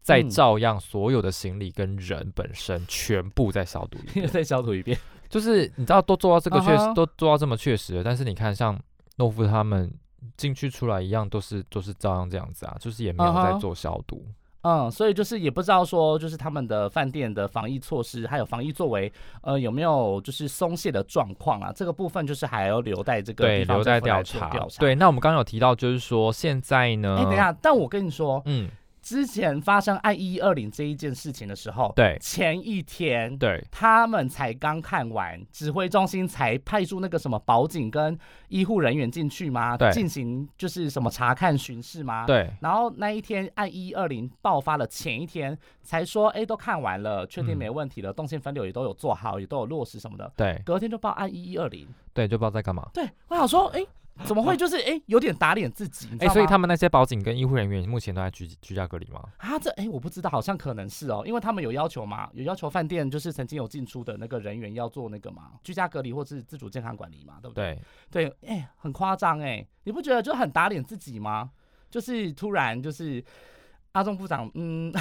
[SPEAKER 2] 再
[SPEAKER 1] 嗯
[SPEAKER 2] 照样所有的行李跟人本身全部再消毒一
[SPEAKER 1] <laughs>
[SPEAKER 2] 遍
[SPEAKER 1] 又再消毒一遍。
[SPEAKER 2] 就是你知道都做到这个确实、
[SPEAKER 1] 啊哈
[SPEAKER 2] 都做到这么确实了，但是你看像诺夫他们进去出来一样都是都是照样这样子啊，就是也没有
[SPEAKER 1] 啊
[SPEAKER 2] 在
[SPEAKER 1] 哈
[SPEAKER 2] 做消毒。
[SPEAKER 1] 嗯，所以就是也不知道说，就是他们的饭店的防疫措施还有防疫作为，呃，有没有就是松懈的状况啊？这个部分就是还要留待这个
[SPEAKER 2] 对，
[SPEAKER 1] 地方
[SPEAKER 2] 留
[SPEAKER 1] 政
[SPEAKER 2] 在
[SPEAKER 1] 府来
[SPEAKER 2] 调
[SPEAKER 1] 做
[SPEAKER 2] 查
[SPEAKER 1] 调。
[SPEAKER 2] 对，那我们刚刚有提到，就是说现在呢，
[SPEAKER 1] 哎、等一下，但我跟你说，
[SPEAKER 2] 嗯，
[SPEAKER 1] 之前发生爱一二零这一件事情的时候，
[SPEAKER 2] 对
[SPEAKER 1] 前一天，
[SPEAKER 2] 对，
[SPEAKER 1] 他们才刚看完，指挥中心才派出那个什么保警跟医护人员进去吗？
[SPEAKER 2] 对
[SPEAKER 1] 进行就是什么查看巡视吗？。
[SPEAKER 2] 对，
[SPEAKER 1] 然后那一天按一二零爆发的前一天才说，哎，都看完了，确定
[SPEAKER 2] 嗯
[SPEAKER 1] 没问题了，动线分流也都有做好，也都有落实什么的。
[SPEAKER 2] 对，
[SPEAKER 1] 隔天就报按一一二零，
[SPEAKER 2] 对，就不知道在干嘛。
[SPEAKER 1] 对我想说，哎，怎么会就是哎有点打脸自己？你知
[SPEAKER 2] 哎、
[SPEAKER 1] 道
[SPEAKER 2] 所以
[SPEAKER 1] 吗
[SPEAKER 2] 他们那些保警跟医护人员目前都在居居家隔离吗？
[SPEAKER 1] 啊，这哎、我不知道，好像可能是哦，因为他们有要求嘛，有要求饭店就是曾经有进出的那个人员要做那个嘛，居家隔离或是自主健康管理嘛，对不对？
[SPEAKER 2] 对，
[SPEAKER 1] 对，哎、很夸张哎，你不觉得就很打脸自己吗？就是突然就是阿中部长，嗯，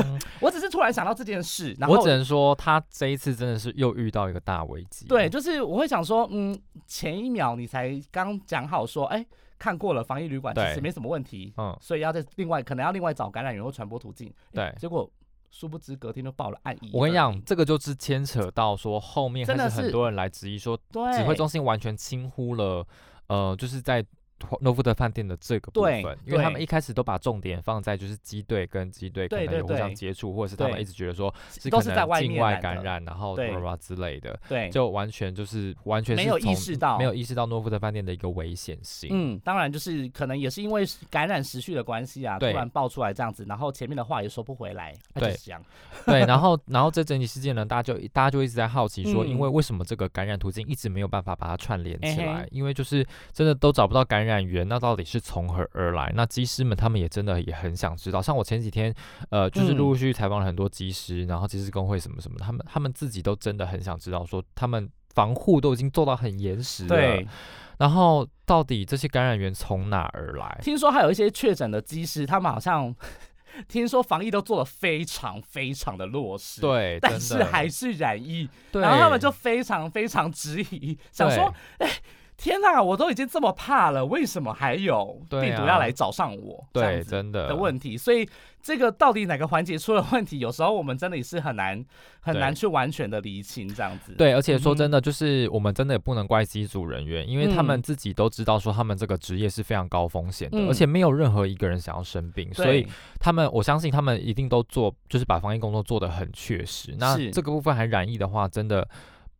[SPEAKER 1] <laughs> 我只是突然想到这件事，然后
[SPEAKER 2] 我只能说他这一次真的是又遇到一个大危机。
[SPEAKER 1] 对，就是我会想说，嗯，前一秒你才刚讲好说，哎、看过了防疫旅馆，其
[SPEAKER 2] 对
[SPEAKER 1] 实没什么问题，
[SPEAKER 2] 嗯，
[SPEAKER 1] 所以要在另外可能要另外找感染源或传播途径，
[SPEAKER 2] 对。
[SPEAKER 1] 结果殊不知隔天就报了案一。
[SPEAKER 2] 我跟你讲，，这个就是牵扯到说后面开
[SPEAKER 1] 真的
[SPEAKER 2] 始很
[SPEAKER 1] 是
[SPEAKER 2] 多人来质疑说，
[SPEAKER 1] 对，
[SPEAKER 2] 指挥中心完全轻忽了，呃，就是在诺夫特饭店的这个部
[SPEAKER 1] 对
[SPEAKER 2] 分，因为他们
[SPEAKER 1] 对
[SPEAKER 2] 一开始都把重点放在就是机队跟机队可
[SPEAKER 1] 对
[SPEAKER 2] 能
[SPEAKER 1] 对
[SPEAKER 2] 有互相
[SPEAKER 1] 对
[SPEAKER 2] 接触，或者是他们
[SPEAKER 1] 对
[SPEAKER 2] 一直觉得说是
[SPEAKER 1] 都
[SPEAKER 2] 可
[SPEAKER 1] 是在
[SPEAKER 2] 能
[SPEAKER 1] 外
[SPEAKER 2] 境
[SPEAKER 1] 面
[SPEAKER 2] 外
[SPEAKER 1] 染
[SPEAKER 2] 感
[SPEAKER 1] 的
[SPEAKER 2] 染，然后
[SPEAKER 1] 对
[SPEAKER 2] blah blah 之类的，
[SPEAKER 1] 对，
[SPEAKER 2] 就完全就是完全
[SPEAKER 1] 没
[SPEAKER 2] 是
[SPEAKER 1] 有意
[SPEAKER 2] 从
[SPEAKER 1] 识到
[SPEAKER 2] 没有意识到诺夫特饭店的一个危险性。
[SPEAKER 1] 嗯，当然就是可能也是因为感染时序的关系啊，突
[SPEAKER 2] 对
[SPEAKER 1] 然爆出来这样子，然后前面的话也说不回来，那就
[SPEAKER 2] 对
[SPEAKER 1] 是这样。 <laughs>
[SPEAKER 2] 对，然后然后这整体事件呢，大家就大家就一直在好奇说，
[SPEAKER 1] 嗯
[SPEAKER 2] 因为为什么这个感染途径一直没有办法把它串联起
[SPEAKER 1] 哎嘿
[SPEAKER 2] 来？因为就是真的都找不到感染源，那到底是从何而来？那技师们他们也真的也很想知道。像我前几天呃，就是陆
[SPEAKER 1] 嗯
[SPEAKER 2] 陆续续采访了很多技师，然后技师工会什么什么，他们他们自己都真的很想知道说他们。防护都已经做到很严实了，
[SPEAKER 1] 对，，
[SPEAKER 2] 然后到底这些感染源从哪而来？
[SPEAKER 1] 听说还有一些确诊的机师，他们好像 <laughs> 听说防疫都做的非常非常的落实，，
[SPEAKER 2] 对，
[SPEAKER 1] 但
[SPEAKER 2] 真
[SPEAKER 1] 是
[SPEAKER 2] 的
[SPEAKER 1] 还是染疫，
[SPEAKER 2] 对
[SPEAKER 1] 然后他们就非常非常质疑，想说，哎。天呐，我都已经这么怕了，为什么还有病
[SPEAKER 2] 对
[SPEAKER 1] 毒
[SPEAKER 2] 啊
[SPEAKER 1] 要来找上我？这样
[SPEAKER 2] 对
[SPEAKER 1] 子
[SPEAKER 2] 真的
[SPEAKER 1] 的问题，所以这个到底哪个环节出了问题，有时候我们真的也是很难很
[SPEAKER 2] 对
[SPEAKER 1] 难去完全的嗯厘清这样子。，
[SPEAKER 2] 对，而且说真的，就是我们真的也不能怪机组人员，因为他们
[SPEAKER 1] 嗯
[SPEAKER 2] 自己都知道说他们这个职业是非常高风险的，
[SPEAKER 1] 嗯
[SPEAKER 2] 而且没有任何一个人想要生病，所以
[SPEAKER 1] 对
[SPEAKER 2] 他们我相信他们一定都做，就是把防疫工作做得很确实。那
[SPEAKER 1] 是
[SPEAKER 2] 这个部分还染疫的话，真的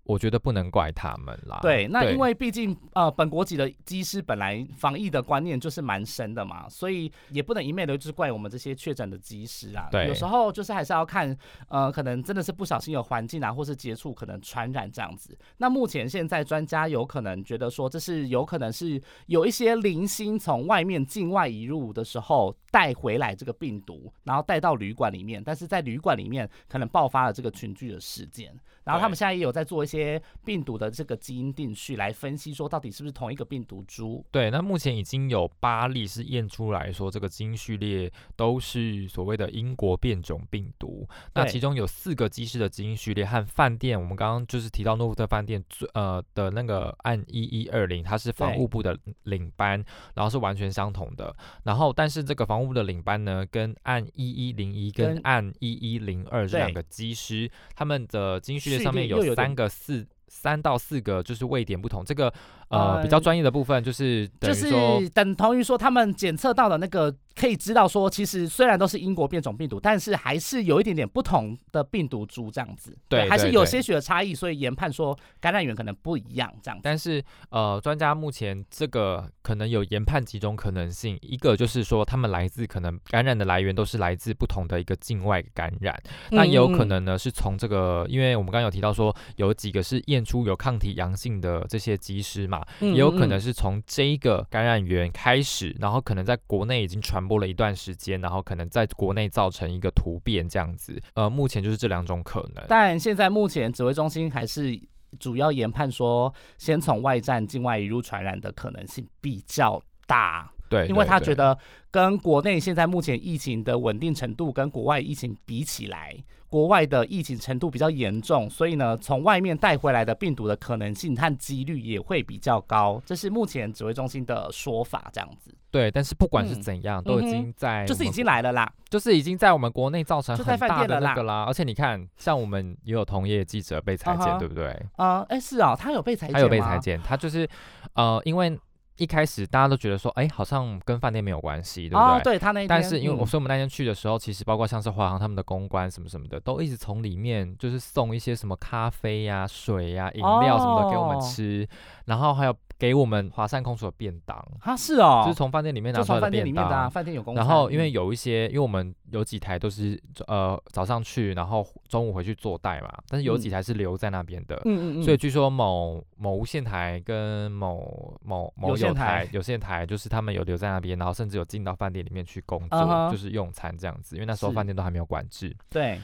[SPEAKER 2] 我觉得不能怪他们啦。
[SPEAKER 1] 对，那因为毕竟呃本国籍的机师本来防疫的观念就是蛮深的嘛，所以也不能一昧的就是怪我们这些确诊的机师啊。
[SPEAKER 2] 对
[SPEAKER 1] 有时候就是还是要看呃可能真的是不小心有环境啊，或是接触可能传染这样子。那目前现在专家有可能觉得说这是有可能是有一些零星从外面境外移入的时候带回来这个病毒，然后带到旅馆里面，但是在旅馆里面可能爆发了这个群聚的事件。然后他们
[SPEAKER 2] 对
[SPEAKER 1] 现在也有在做一些病毒的这个基因定序来分析，说到底是不是同一个病毒株。
[SPEAKER 2] 对，那目前已经有八例是验出来说这个基因序列都是所谓的英国变种病毒。那
[SPEAKER 1] 对
[SPEAKER 2] 其中有四个机师的基因序列和饭店，我们刚刚就是提到诺福特饭店最呃的那个案一一二零，它是防
[SPEAKER 1] 对
[SPEAKER 2] 务部的领班，然后是完全相同的。然后但是这个防务部的领班呢，跟案一一零一跟
[SPEAKER 1] 跟
[SPEAKER 2] 案一一零二这两
[SPEAKER 1] 对
[SPEAKER 2] 个机师，他们的基因序列
[SPEAKER 1] 序
[SPEAKER 2] 上
[SPEAKER 1] 列
[SPEAKER 2] 面
[SPEAKER 1] 又有
[SPEAKER 2] 有
[SPEAKER 1] 点
[SPEAKER 2] 三个四。三到四个就是位点不同，这个呃比较
[SPEAKER 1] 呃
[SPEAKER 2] 专业的部分就是等
[SPEAKER 1] 就
[SPEAKER 2] 于
[SPEAKER 1] 是
[SPEAKER 2] 说
[SPEAKER 1] 等同于说，他们检测到的那个可以知道说，其实虽然都是英国变种病毒，但是还是有一点点不同的病毒株这样子，
[SPEAKER 2] 对
[SPEAKER 1] 还是
[SPEAKER 2] 对
[SPEAKER 1] 有
[SPEAKER 2] 对
[SPEAKER 1] 些许的差异，所以研判说感染源可能不一样这样子。
[SPEAKER 2] 但是呃，专家目前这个可能有研判几种可能性，一个就是说他们来自可能感染的来源都是来自不同的一个境外感染，
[SPEAKER 1] 嗯
[SPEAKER 2] 那也有可能呢是从这个，因为我们刚刚有提到说有几个是验出有抗体阳性的这些机师嘛，
[SPEAKER 1] 嗯
[SPEAKER 2] 也有可能是从这一个感染源开始，然后可能在国内已经传播了一段时间，然后可能在国内造成一个突变这样子，呃，目前就是这两种可能。
[SPEAKER 1] 但现在目前指挥中心还是主要研判说，先从外战境外移入传染的可能性比较大。
[SPEAKER 2] 对，
[SPEAKER 1] 因为
[SPEAKER 2] 对
[SPEAKER 1] 他
[SPEAKER 2] 对
[SPEAKER 1] 觉得跟国内现在目前疫情的稳定程度跟国外疫情比起来，国外的疫情程度比较严重，所以呢，从外面带回来的病毒的可能性和几率也会比较高，这是目前指挥中心的说法，这样子
[SPEAKER 2] 对，但是不管是
[SPEAKER 1] 嗯
[SPEAKER 2] 怎样，都
[SPEAKER 1] 嗯
[SPEAKER 2] 已
[SPEAKER 1] 哼
[SPEAKER 2] 经在
[SPEAKER 1] 就是
[SPEAKER 2] 哎我
[SPEAKER 1] 已
[SPEAKER 2] 们
[SPEAKER 1] 经来了啦。
[SPEAKER 2] 就是已经在我们国内造成
[SPEAKER 1] 就在
[SPEAKER 2] 很
[SPEAKER 1] 饭
[SPEAKER 2] 大
[SPEAKER 1] 店
[SPEAKER 2] 的
[SPEAKER 1] 了
[SPEAKER 2] 那
[SPEAKER 1] 啦
[SPEAKER 2] 个啦。而且你看，像我们也有同业记者被裁
[SPEAKER 1] 啊
[SPEAKER 2] 剪，
[SPEAKER 1] 哈
[SPEAKER 2] 对不对？
[SPEAKER 1] 啊，哎、是啊、他有被裁剪吗？
[SPEAKER 2] 他有被裁剪，他就是呃，因为一开始大家都觉得说，哎，好像跟饭店没有关系，对不
[SPEAKER 1] 哦
[SPEAKER 2] 对？，
[SPEAKER 1] 对他那一天，
[SPEAKER 2] 但是因为我
[SPEAKER 1] 嗯
[SPEAKER 2] 说我们那天去的时候，其实包括像是华航他们的公关什么什么的，都一直从里面就是送一些什么咖啡呀、水呀、饮料什么的给我们
[SPEAKER 1] 哦
[SPEAKER 2] 吃，然后还有给我们华山空厨的便当，
[SPEAKER 1] 啊是哦，
[SPEAKER 2] 就是从饭店里面拿
[SPEAKER 1] 就
[SPEAKER 2] 出来
[SPEAKER 1] 从
[SPEAKER 2] 的
[SPEAKER 1] 饭店里
[SPEAKER 2] 便
[SPEAKER 1] 面的、啊，
[SPEAKER 2] 当。
[SPEAKER 1] 饭店有公司。
[SPEAKER 2] 然后因为
[SPEAKER 1] 嗯
[SPEAKER 2] 有一些，因为我们有几台都是呃早上去，然后中午回去做代嘛，但是有
[SPEAKER 1] 嗯
[SPEAKER 2] 几台是留在那边的，
[SPEAKER 1] 嗯嗯嗯，
[SPEAKER 2] 所以据说某某无线台跟某某某
[SPEAKER 1] 有线
[SPEAKER 2] 有
[SPEAKER 1] 台
[SPEAKER 2] 台有线台，就是他们有留在那边，然后甚至有进到饭店里面去工作
[SPEAKER 1] 嗯哼
[SPEAKER 2] 就是用餐这样子，因为那时候
[SPEAKER 1] 是
[SPEAKER 2] 饭店都还没有管制。
[SPEAKER 1] 对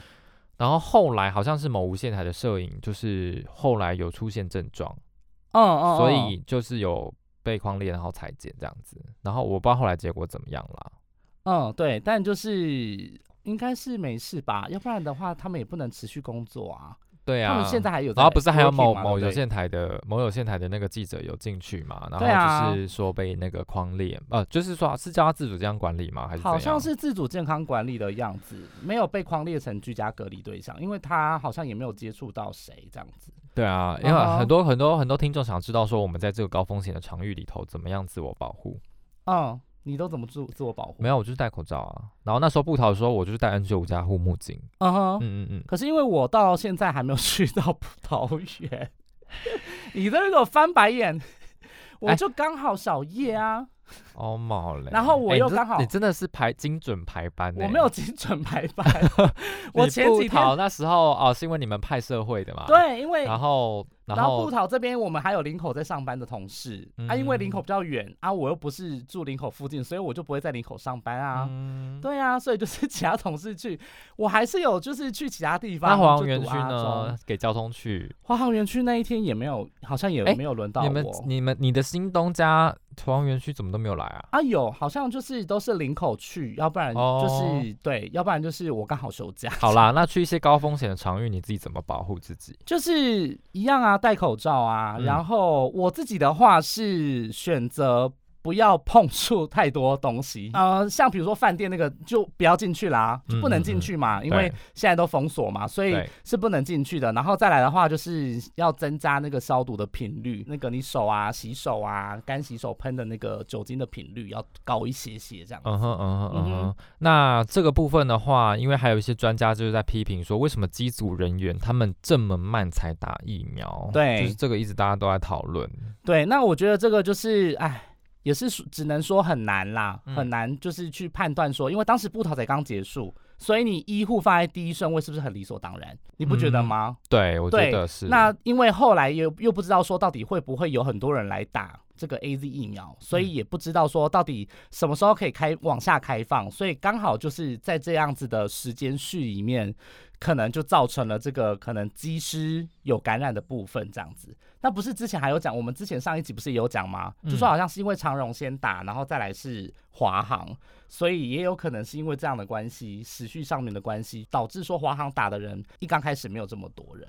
[SPEAKER 2] 然后后来好像是某无线台的摄影，就是后来有出现症状，
[SPEAKER 1] 嗯嗯，
[SPEAKER 2] 所
[SPEAKER 1] 嗯
[SPEAKER 2] 以就是有被框列，然后裁剪这样子。然后我不知道后来结果怎么样啦。
[SPEAKER 1] 嗯对，但就是应该是没事吧，要不然的话他们也不能持续工作啊。
[SPEAKER 2] 对啊，
[SPEAKER 1] 他们现在还有在 working 嘛，
[SPEAKER 2] 然后不是还有某
[SPEAKER 1] 对
[SPEAKER 2] 某
[SPEAKER 1] 不
[SPEAKER 2] 有
[SPEAKER 1] 对
[SPEAKER 2] 线台的某有线台的那个记者有进去嘛？
[SPEAKER 1] 对
[SPEAKER 2] 然
[SPEAKER 1] 啊
[SPEAKER 2] 后就是说被那个框列，呃，就是说是叫他自主这样管理吗？还是怎
[SPEAKER 1] 好
[SPEAKER 2] 样？
[SPEAKER 1] 像是自主健康管理的样子，没有被框列成居家隔离对象，因为他好像也没有接触到谁这样子。
[SPEAKER 2] 对啊，因为
[SPEAKER 1] 嗯哼
[SPEAKER 2] 很多很多很多听众想知道说我们在这个高风险的场域里头怎么样自我保护。
[SPEAKER 1] 嗯，你都怎么自自我保护？
[SPEAKER 2] 没有，我就是戴口罩啊。然后那时候布逃的时候，我就是戴 N 9 5加护目镜。
[SPEAKER 1] 嗯哼，
[SPEAKER 2] 嗯嗯嗯，
[SPEAKER 1] 可是因为我到现在还没有去到葡萄园，你在那给我翻白眼，我
[SPEAKER 2] 哎
[SPEAKER 1] 就刚好小夜啊，
[SPEAKER 2] 哦毛嘞。
[SPEAKER 1] 然后我
[SPEAKER 2] 哎
[SPEAKER 1] 又
[SPEAKER 2] 你这
[SPEAKER 1] 刚好
[SPEAKER 2] 你真的是排精准排班呢。
[SPEAKER 1] 我没有精准排
[SPEAKER 2] <laughs>
[SPEAKER 1] 班
[SPEAKER 2] 你。
[SPEAKER 1] 我前
[SPEAKER 2] 布
[SPEAKER 1] 几
[SPEAKER 2] 逃
[SPEAKER 1] 天
[SPEAKER 2] 那时候哦，是因为你们派社会的嘛。。
[SPEAKER 1] 对，因为
[SPEAKER 2] 然后然
[SPEAKER 1] 然后布
[SPEAKER 2] 后
[SPEAKER 1] 桃这边我们还有林口在上班的同事啊，因为林口
[SPEAKER 2] 嗯
[SPEAKER 1] 比较远啊，我又不是住林口附近，所以我就不会在林口上班啊。
[SPEAKER 2] 嗯，
[SPEAKER 1] 对啊，所以就是其他同事去，我还是有就是去其他地方。
[SPEAKER 2] 那华
[SPEAKER 1] 就啊
[SPEAKER 2] 航园
[SPEAKER 1] 读
[SPEAKER 2] 区
[SPEAKER 1] 阿中
[SPEAKER 2] 呢？？给交通去。
[SPEAKER 1] 华航园区那一天也没有，好像也
[SPEAKER 2] 哎
[SPEAKER 1] 没有轮到我。
[SPEAKER 2] 你们你们你的新东家华航园区怎么都没有来啊？
[SPEAKER 1] 啊，有，好像就是都是林口去，要不然就是、
[SPEAKER 2] 哦
[SPEAKER 1] 对，要不然就是我刚好休假。
[SPEAKER 2] 好，啦，那去一些高风险的场域，你自己怎么保护自己？
[SPEAKER 1] 就是一样啊，戴口罩啊。
[SPEAKER 2] 嗯
[SPEAKER 1] 然后我自己的话是选择。不要碰触太多东西，呃，像比如说饭店那个就不要进去啦，就不
[SPEAKER 2] 嗯嗯
[SPEAKER 1] 能进
[SPEAKER 2] 嗯
[SPEAKER 1] 去嘛，因为
[SPEAKER 2] 对
[SPEAKER 1] 现在都封锁嘛，所以
[SPEAKER 2] 对
[SPEAKER 1] 是不能进去的。然后再来的话，就是要增加那个消毒的频率，那个你手啊、洗手啊、干洗手喷的那个酒精的频率要高一些些，这样。
[SPEAKER 2] 嗯哼嗯哼嗯
[SPEAKER 1] 嗯
[SPEAKER 2] 哼
[SPEAKER 1] 哼，
[SPEAKER 2] 那这个部分的话，因为还有一些专家就是在批评说，为什么机组人员他们这么慢才打疫苗？
[SPEAKER 1] 对
[SPEAKER 2] 就是这个一直大家都在讨论。
[SPEAKER 1] 对，那我觉得这个就是，哎，也是说只能说很难啦，
[SPEAKER 2] 嗯
[SPEAKER 1] 很难就是去判断说，因为当时布逃才刚结束，所以你医护放在第一顺位是不是很理所当然？你不觉得吗？
[SPEAKER 2] 对，我觉
[SPEAKER 1] 对
[SPEAKER 2] 得是。
[SPEAKER 1] 那因为后来又又不知道说到底会不会有很多人来打这个 A Z 疫苗，所以
[SPEAKER 2] 嗯
[SPEAKER 1] 也不知道说到底什么时候可以开往下开放，所以刚好就是在这样子的时间序里面，可能就造成了这个可能机师有感染的部分这样子。那不是之前还有讲，我们之前上一集不是也有讲吗？就说
[SPEAKER 2] 嗯
[SPEAKER 1] 好像是因为长荣先打，然后再来是华航，所以也有可能是因为这样的关系，时序上面的关系，导致说华航打的人一刚开始没有这么多人。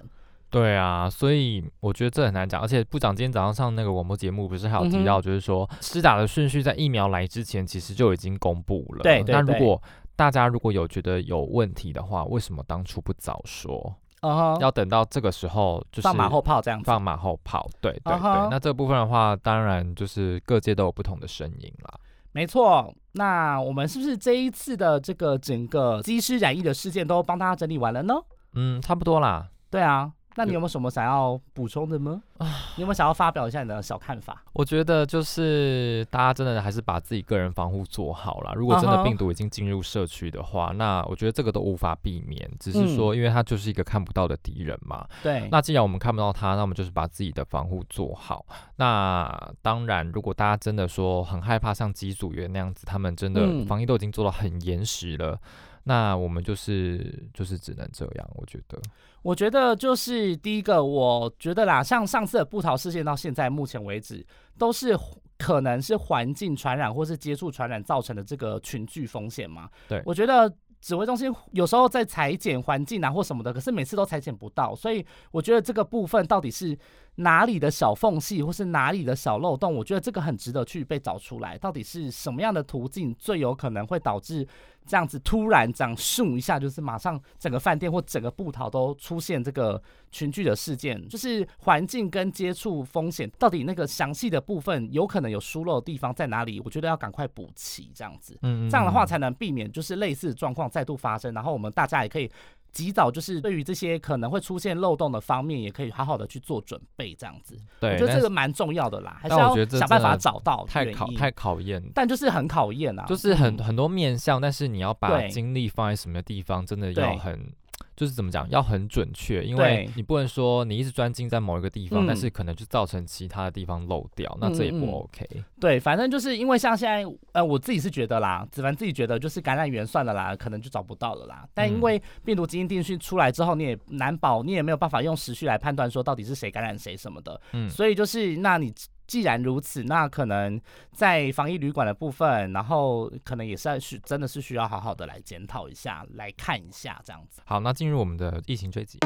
[SPEAKER 2] 对啊，所以我觉得这很难讲。而且部长今天早上上那个广播节目，不是还有
[SPEAKER 1] 嗯
[SPEAKER 2] 提
[SPEAKER 1] 哼
[SPEAKER 2] 到，就是说施打的顺序在疫苗来之前，其实就已经公布了。
[SPEAKER 1] 对对
[SPEAKER 2] 那如
[SPEAKER 1] 对
[SPEAKER 2] 果大家如果有觉得有问题的话，为什么当初不早说？
[SPEAKER 1] 嗯哼，
[SPEAKER 2] 要等到这个时候，就是
[SPEAKER 1] 放马后炮这样子。
[SPEAKER 2] 放马后炮，对对对。
[SPEAKER 1] 啊哈
[SPEAKER 2] 那这部分的话，当然就是各界都有不同的声音啦。
[SPEAKER 1] 没错，那我们是不是这一次的这个整个机师染疫的事件都帮大家整理完了呢？
[SPEAKER 2] 嗯，差不多啦。
[SPEAKER 1] 对啊，那你有没有什么想要补充的吗？
[SPEAKER 2] 啊
[SPEAKER 1] 你有没有想要发表一下你的小看法？
[SPEAKER 2] 我觉得就是大家真的还是把自己个人防护做好啦。如果真
[SPEAKER 1] 啊
[SPEAKER 2] 的
[SPEAKER 1] 哈
[SPEAKER 2] 病毒已经进入社区的话那我觉得这个都无法避免，只是说因为它就是一个看不到的敌人嘛。
[SPEAKER 1] 对，
[SPEAKER 2] 那既然我们看不到它，那我们就是把自己的防护做好。那当然，如果大家真的说很害怕像机组员那样子，他们真的
[SPEAKER 1] 嗯
[SPEAKER 2] 防疫都已经做到很严实了，那我们就是就是只能这样，我觉得。
[SPEAKER 1] 我觉得就是第一个，我觉得啦，像上次的布桃事件到现在目前为止，都是可能是环境传染或是接触传染造成的这个群聚风险吗？
[SPEAKER 2] 对
[SPEAKER 1] 我觉得。指挥中心有时候在裁剪环境啊或什么的，可是每次都裁剪不到，所以我觉得这个部分到底是哪里的小缝隙或是哪里的小漏洞，我觉得这个很值得去被找出来，到底是什么样的途径最有可能会导致这样子突然长咻一下，就是马上整个饭店或整个布桃都出现这个群聚的事件，就是环境跟接触风险到底那个详细的部分有可能有疏漏的地方在哪里，我觉得要赶快补齐这样子。
[SPEAKER 2] 嗯
[SPEAKER 1] 这样的话才能避免就是类似的状况再度发生，然后我们大家也可以及早就是对于这些可能会出现漏洞的方面，也可以好好的去做准备，这样子，我
[SPEAKER 2] 对，
[SPEAKER 1] 觉得
[SPEAKER 2] 但
[SPEAKER 1] 这
[SPEAKER 2] 是
[SPEAKER 1] 个蛮重要的啦，还是
[SPEAKER 2] 哎但我
[SPEAKER 1] 要
[SPEAKER 2] 觉得这
[SPEAKER 1] 想办
[SPEAKER 2] 真
[SPEAKER 1] 法
[SPEAKER 2] 的
[SPEAKER 1] 找到
[SPEAKER 2] 太
[SPEAKER 1] 原
[SPEAKER 2] 考
[SPEAKER 1] 因
[SPEAKER 2] 太考验，
[SPEAKER 1] 但就是很考验啊，
[SPEAKER 2] 就是很
[SPEAKER 1] 嗯
[SPEAKER 2] 很多面向，但是你要把
[SPEAKER 1] 对
[SPEAKER 2] 精力放在什么地方，真的
[SPEAKER 1] 对
[SPEAKER 2] 要很。就是怎么讲，要很准确，因
[SPEAKER 1] 对
[SPEAKER 2] 为你不能说你一直专精在某一个地方，
[SPEAKER 1] 嗯
[SPEAKER 2] 但是可能就造成其他的地方漏掉，那这也
[SPEAKER 1] 嗯嗯
[SPEAKER 2] 不 OK。
[SPEAKER 1] 对，反正就是因为像现在，呃，我自己是觉得啦，子凡自己觉得就是感染源算了啦，可能就找不到了啦。但因
[SPEAKER 2] 嗯
[SPEAKER 1] 为病毒基因定序出来之后，你也难保，你也没有办法用时序来判断说到底是谁感染谁什么的。
[SPEAKER 2] 嗯
[SPEAKER 1] 所以就是，那你既然如此，那可能在防疫旅馆的部分，然后可能也是要需真的是需要好好的来检讨一下，来看一下这样子。
[SPEAKER 2] 好，那进入我们的疫情追击。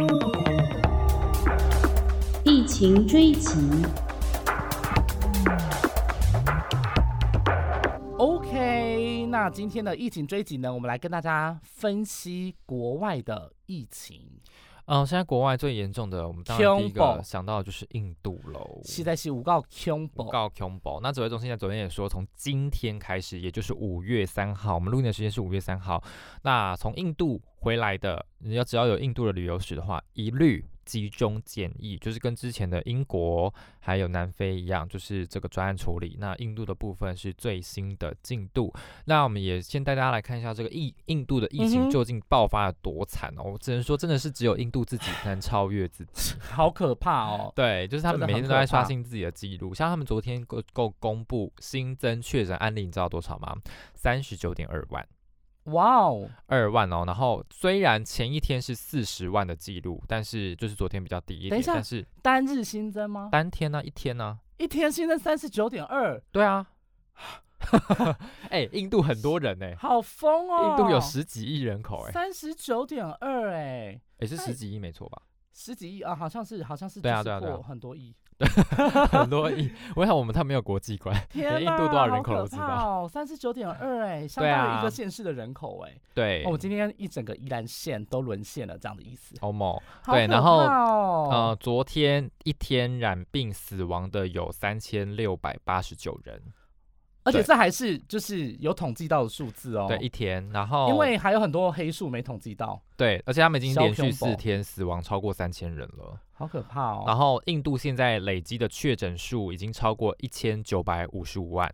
[SPEAKER 4] 疫情追击，
[SPEAKER 1] OK，那今天的疫情追击呢，我们来跟大家分析国外的疫情。
[SPEAKER 2] 嗯、现在国外最严重的，我们当然第一个
[SPEAKER 1] Kyungbo
[SPEAKER 2] 想到的就是印度喽。
[SPEAKER 1] 实在是有够恐怖。
[SPEAKER 2] 告 c o m b o 那指挥中心在昨天也说，从今天开始，也就是五月三号，我们录音的时间是五月三号。那从印度回来的，你要只要有印度的旅游史的话，一律集中检疫，就是跟之前的英国还有南非一样，就是这个专案处理。那印度的部分是最新的进度。那我们也先带大家来看一下这个疫印度的疫
[SPEAKER 1] 嗯
[SPEAKER 2] 情
[SPEAKER 1] 哼
[SPEAKER 2] 究竟爆发有多惨哦。我只能说，真的是只有印度自己才能超越自己。
[SPEAKER 1] 好可怕哦！
[SPEAKER 2] 对，就是他
[SPEAKER 1] 真的
[SPEAKER 2] 们每
[SPEAKER 1] 很
[SPEAKER 2] 天都
[SPEAKER 1] 可
[SPEAKER 2] 在刷
[SPEAKER 1] 怕
[SPEAKER 2] 新自己的记录，像他们昨天够够公布新增确诊案例，你知道多少吗？三十九点二万，哎
[SPEAKER 1] 哇哦，
[SPEAKER 2] 二万哦。然后虽然前一天是四十万的记录，但是就是昨天比较低一
[SPEAKER 1] 等
[SPEAKER 2] 点
[SPEAKER 1] 一，下
[SPEAKER 2] 但是
[SPEAKER 1] 单日新增吗？
[SPEAKER 2] 单天呢、一天呢、
[SPEAKER 1] 一天新增三十九点二，
[SPEAKER 2] 对啊， <laughs> 哎、印度很多人呢、哎
[SPEAKER 1] 好疯哦！
[SPEAKER 2] 印度有十几亿人口、哎，
[SPEAKER 1] 三十九点二，哎，
[SPEAKER 2] 也是
[SPEAKER 1] 哎
[SPEAKER 2] 十几亿没
[SPEAKER 1] <laughs>
[SPEAKER 2] 错吧？
[SPEAKER 1] 十几亿啊，好像是，好像是，
[SPEAKER 2] 对啊
[SPEAKER 1] 就是
[SPEAKER 2] 对啊对啊
[SPEAKER 1] 破很多
[SPEAKER 2] <laughs>
[SPEAKER 1] 亿。
[SPEAKER 2] 很多亿， <laughs> 我想我们他没有国际观，
[SPEAKER 1] 天
[SPEAKER 2] 印
[SPEAKER 1] 哪，
[SPEAKER 2] 度多少人口
[SPEAKER 1] 好
[SPEAKER 2] 我
[SPEAKER 1] 可
[SPEAKER 2] 知
[SPEAKER 1] 怕
[SPEAKER 2] 道
[SPEAKER 1] 哦，三十九点二，哎，相
[SPEAKER 2] 对啊
[SPEAKER 1] 当于一个县市的人口，哎。
[SPEAKER 2] 对，
[SPEAKER 1] 哦，我今天一整个宜兰县都沦陷了，这样的意思。
[SPEAKER 2] 欧盟。
[SPEAKER 1] 好
[SPEAKER 2] 对
[SPEAKER 1] 可
[SPEAKER 2] 然后
[SPEAKER 1] 怕哦
[SPEAKER 2] 呃，昨天一天染病死亡的有三千六百八十九人，
[SPEAKER 1] 而且
[SPEAKER 2] 对
[SPEAKER 1] 这还是就是有统计到的数字哦。
[SPEAKER 2] 对一天，然后
[SPEAKER 1] 因为还有很多黑数没统计到，
[SPEAKER 2] 对，而且他们已经
[SPEAKER 1] 小
[SPEAKER 2] 连续
[SPEAKER 1] 恐
[SPEAKER 2] 四
[SPEAKER 1] 怖
[SPEAKER 2] 天死亡超过三千人了。
[SPEAKER 1] 好可怕哦。
[SPEAKER 2] 然后印度现在累积的确诊数已经超过一千九百五十五万，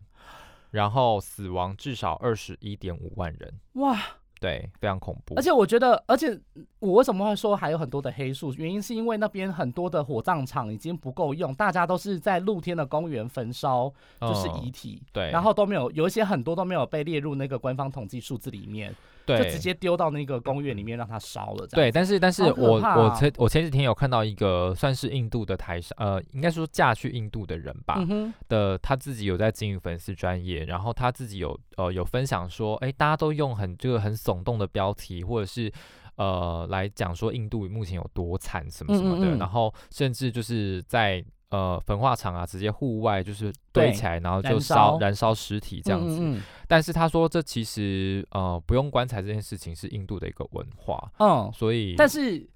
[SPEAKER 2] 然后死亡至少二十一点五万人，
[SPEAKER 1] 哇，
[SPEAKER 2] 对，非常恐怖。
[SPEAKER 1] 而且我觉得，而且我为什么会说还有很多的黑数？原因是因为那边很多的火葬场已经不够用，大家都是在露天的公园焚烧，就是
[SPEAKER 2] 嗯
[SPEAKER 1] 遗体。
[SPEAKER 2] 对
[SPEAKER 1] 然后都没有，有一些很多都没有被列入那个官方统计数字里面，就
[SPEAKER 2] 对
[SPEAKER 1] 直接丢到那个公园里面让它烧了。这样
[SPEAKER 2] 对，，但是但是
[SPEAKER 1] 好可
[SPEAKER 2] 我、
[SPEAKER 1] 怕
[SPEAKER 2] 我
[SPEAKER 1] 啊
[SPEAKER 2] 前我前几天有看到一个算是印度的台上，呃，应该说嫁去印度的人吧，
[SPEAKER 1] 嗯哼，
[SPEAKER 2] 的他自己有在经营粉丝专业，然后他自己有呃有分享说，诶，大家都用很这个很耸动的标题，或者是呃来讲说印度目前有多惨什么什么的，
[SPEAKER 1] 嗯嗯嗯
[SPEAKER 2] 然后甚至就是在呃焚化厂啊，直接户外就是堆
[SPEAKER 1] 对
[SPEAKER 2] 起来，然后就
[SPEAKER 1] 燃
[SPEAKER 2] 烧
[SPEAKER 1] 烧
[SPEAKER 2] 燃烧尸体这样子。
[SPEAKER 1] 嗯嗯
[SPEAKER 2] 但是他说这其实呃不用棺材这件事情是印度的一个文化，
[SPEAKER 1] 嗯，嗯
[SPEAKER 2] 所以
[SPEAKER 1] 但是。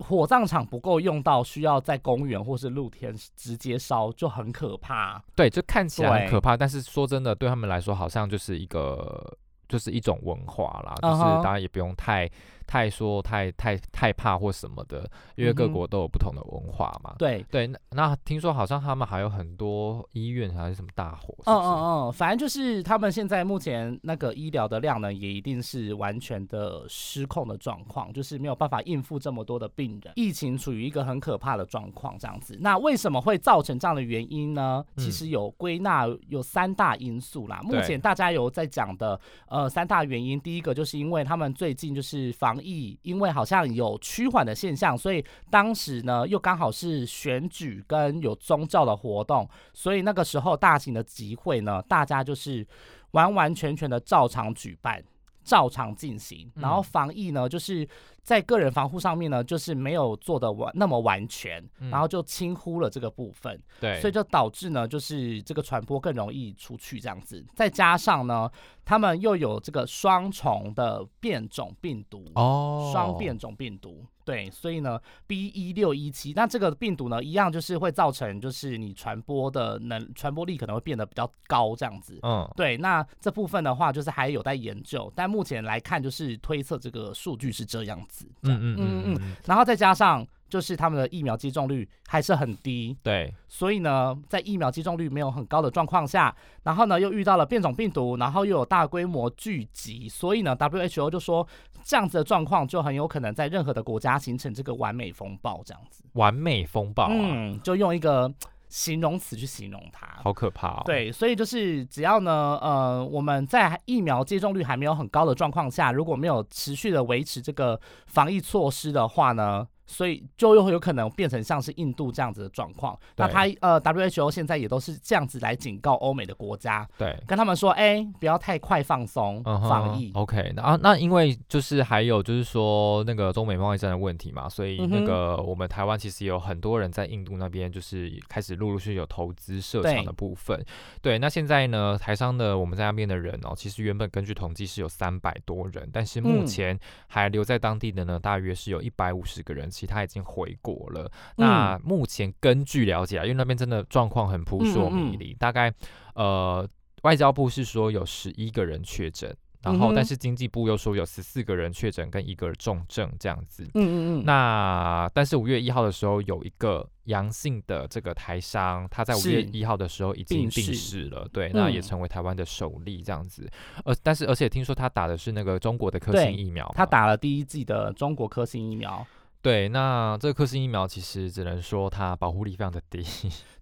[SPEAKER 1] 火葬场不够用到，需要在公园或是露天直接烧，就很可怕。
[SPEAKER 2] 对，就看起来很
[SPEAKER 1] 对
[SPEAKER 2] 可怕，但是说真的，对他们来说好像就是一个，就是一种文化啦，就
[SPEAKER 1] 嗯
[SPEAKER 2] 是
[SPEAKER 1] 哼
[SPEAKER 2] 大家也不用太太说太太太怕或什么的，因为
[SPEAKER 1] 嗯
[SPEAKER 2] 各
[SPEAKER 1] 哼
[SPEAKER 2] 国都有不同的文化嘛。
[SPEAKER 1] 对，
[SPEAKER 2] 对，那那听说好像他们还有很多医院还是什么大火，是不
[SPEAKER 1] 嗯
[SPEAKER 2] 是
[SPEAKER 1] 嗯嗯，反正就是他们现在目前那个医疗的量呢，也一定是完全的失控的状况，就是没有办法应付这么多的病人，疫情处于一个很可怕的状况这样子。那为什么会造成这样的原因呢？
[SPEAKER 2] 嗯
[SPEAKER 1] 其实有归纳有三大因素啦。目
[SPEAKER 2] 对
[SPEAKER 1] 前大家有在讲的，呃三大原因，第一个就是因为他们最近就是防疫，因为好像有趋缓的现象，所以当时呢又刚好是选举跟有宗教的活动，所以那个时候大型的集会呢，大家就是完完全全的照常举办。照常进行，然后
[SPEAKER 2] 嗯
[SPEAKER 1] 防疫呢，就是在个人防护上面呢，就是没有做的完那么完全，
[SPEAKER 2] 嗯
[SPEAKER 1] 然后就轻忽了这个部分。
[SPEAKER 2] 对，
[SPEAKER 1] 所以就导致呢，就是这个传播更容易出去这样子。再加上呢，他们又有这个双重的变种病毒，
[SPEAKER 2] 哦，
[SPEAKER 1] 双变种病毒。对，所以呢，B 一六一七，那这个病毒呢，一样就是会造成，就是你传播的能传播力可能会变得比较高这样子。
[SPEAKER 2] 嗯，
[SPEAKER 1] 对，那这部分的话，就是还有待研究，但目前来看，就是推测这个数据是这样子。这样
[SPEAKER 2] 嗯嗯嗯嗯嗯，
[SPEAKER 1] 然后再加上就是他们的疫苗接种率还是很低，
[SPEAKER 2] 对，
[SPEAKER 1] 所以呢，在疫苗接种率没有很高的状况下，然后呢又遇到了变种病毒，然后又有大规模聚集，所以呢 WHO 就说这样子的状况就很有可能在任何的国家形成这个完美风暴这样子。
[SPEAKER 2] 完美风暴啊，
[SPEAKER 1] 嗯，就用一个形容词去形容它。
[SPEAKER 2] 好可怕哦。，
[SPEAKER 1] 对，所以就是只要呢，呃，我们在疫苗接种率还没有很高的状况下，如果没有持续的维持这个防疫措施的话呢，所以就又会有可能变成像是印度这样子的状况。那
[SPEAKER 2] 对
[SPEAKER 1] 它呃，WHO 现在也都是这样子来警告欧美的国家，
[SPEAKER 2] 对。
[SPEAKER 1] 跟他们说，哎、不要太快放松
[SPEAKER 2] 嗯哼
[SPEAKER 1] 防疫。
[SPEAKER 2] ，OK，那啊，那因为就是还有就是说那个中美贸易战的问题嘛，所以
[SPEAKER 1] 嗯
[SPEAKER 2] 那
[SPEAKER 1] 哼
[SPEAKER 2] 个我们台湾其实有很多人在印度那边就是开始陆陆续续有投资设厂
[SPEAKER 1] 对
[SPEAKER 2] 的部分。对，那现在呢，台商的我们在那边的人哦，其实原本根据统计是有三百多人，但是目
[SPEAKER 1] 嗯
[SPEAKER 2] 前还留在当地的呢，大约是有一百五十个人，其他已经回国了。
[SPEAKER 1] 嗯
[SPEAKER 2] 那目前根据了解啊，因为那边真的状况很扑朔迷
[SPEAKER 1] 嗯嗯嗯
[SPEAKER 2] 离，大概呃，外交部是说有十一个人确诊，然后
[SPEAKER 1] 嗯哼
[SPEAKER 2] 但是经济部又说有十四个人确诊跟一个重症这样子。
[SPEAKER 1] 嗯嗯嗯，
[SPEAKER 2] 那但是五月一号的时候有一个阳性的这个台商，他在五
[SPEAKER 1] 是
[SPEAKER 2] 月一号的时候已经
[SPEAKER 1] 病
[SPEAKER 2] 病
[SPEAKER 1] 逝
[SPEAKER 2] 逝了，对，那也
[SPEAKER 1] 嗯
[SPEAKER 2] 成为台湾的首例这样子。呃，但是而且听说他打的是那个中国的科
[SPEAKER 1] 对
[SPEAKER 2] 兴疫苗嘛，
[SPEAKER 1] 他打了第一剂的中国科兴疫苗，
[SPEAKER 2] 对，那这个科兴疫苗其实只能说它保护力非常的低，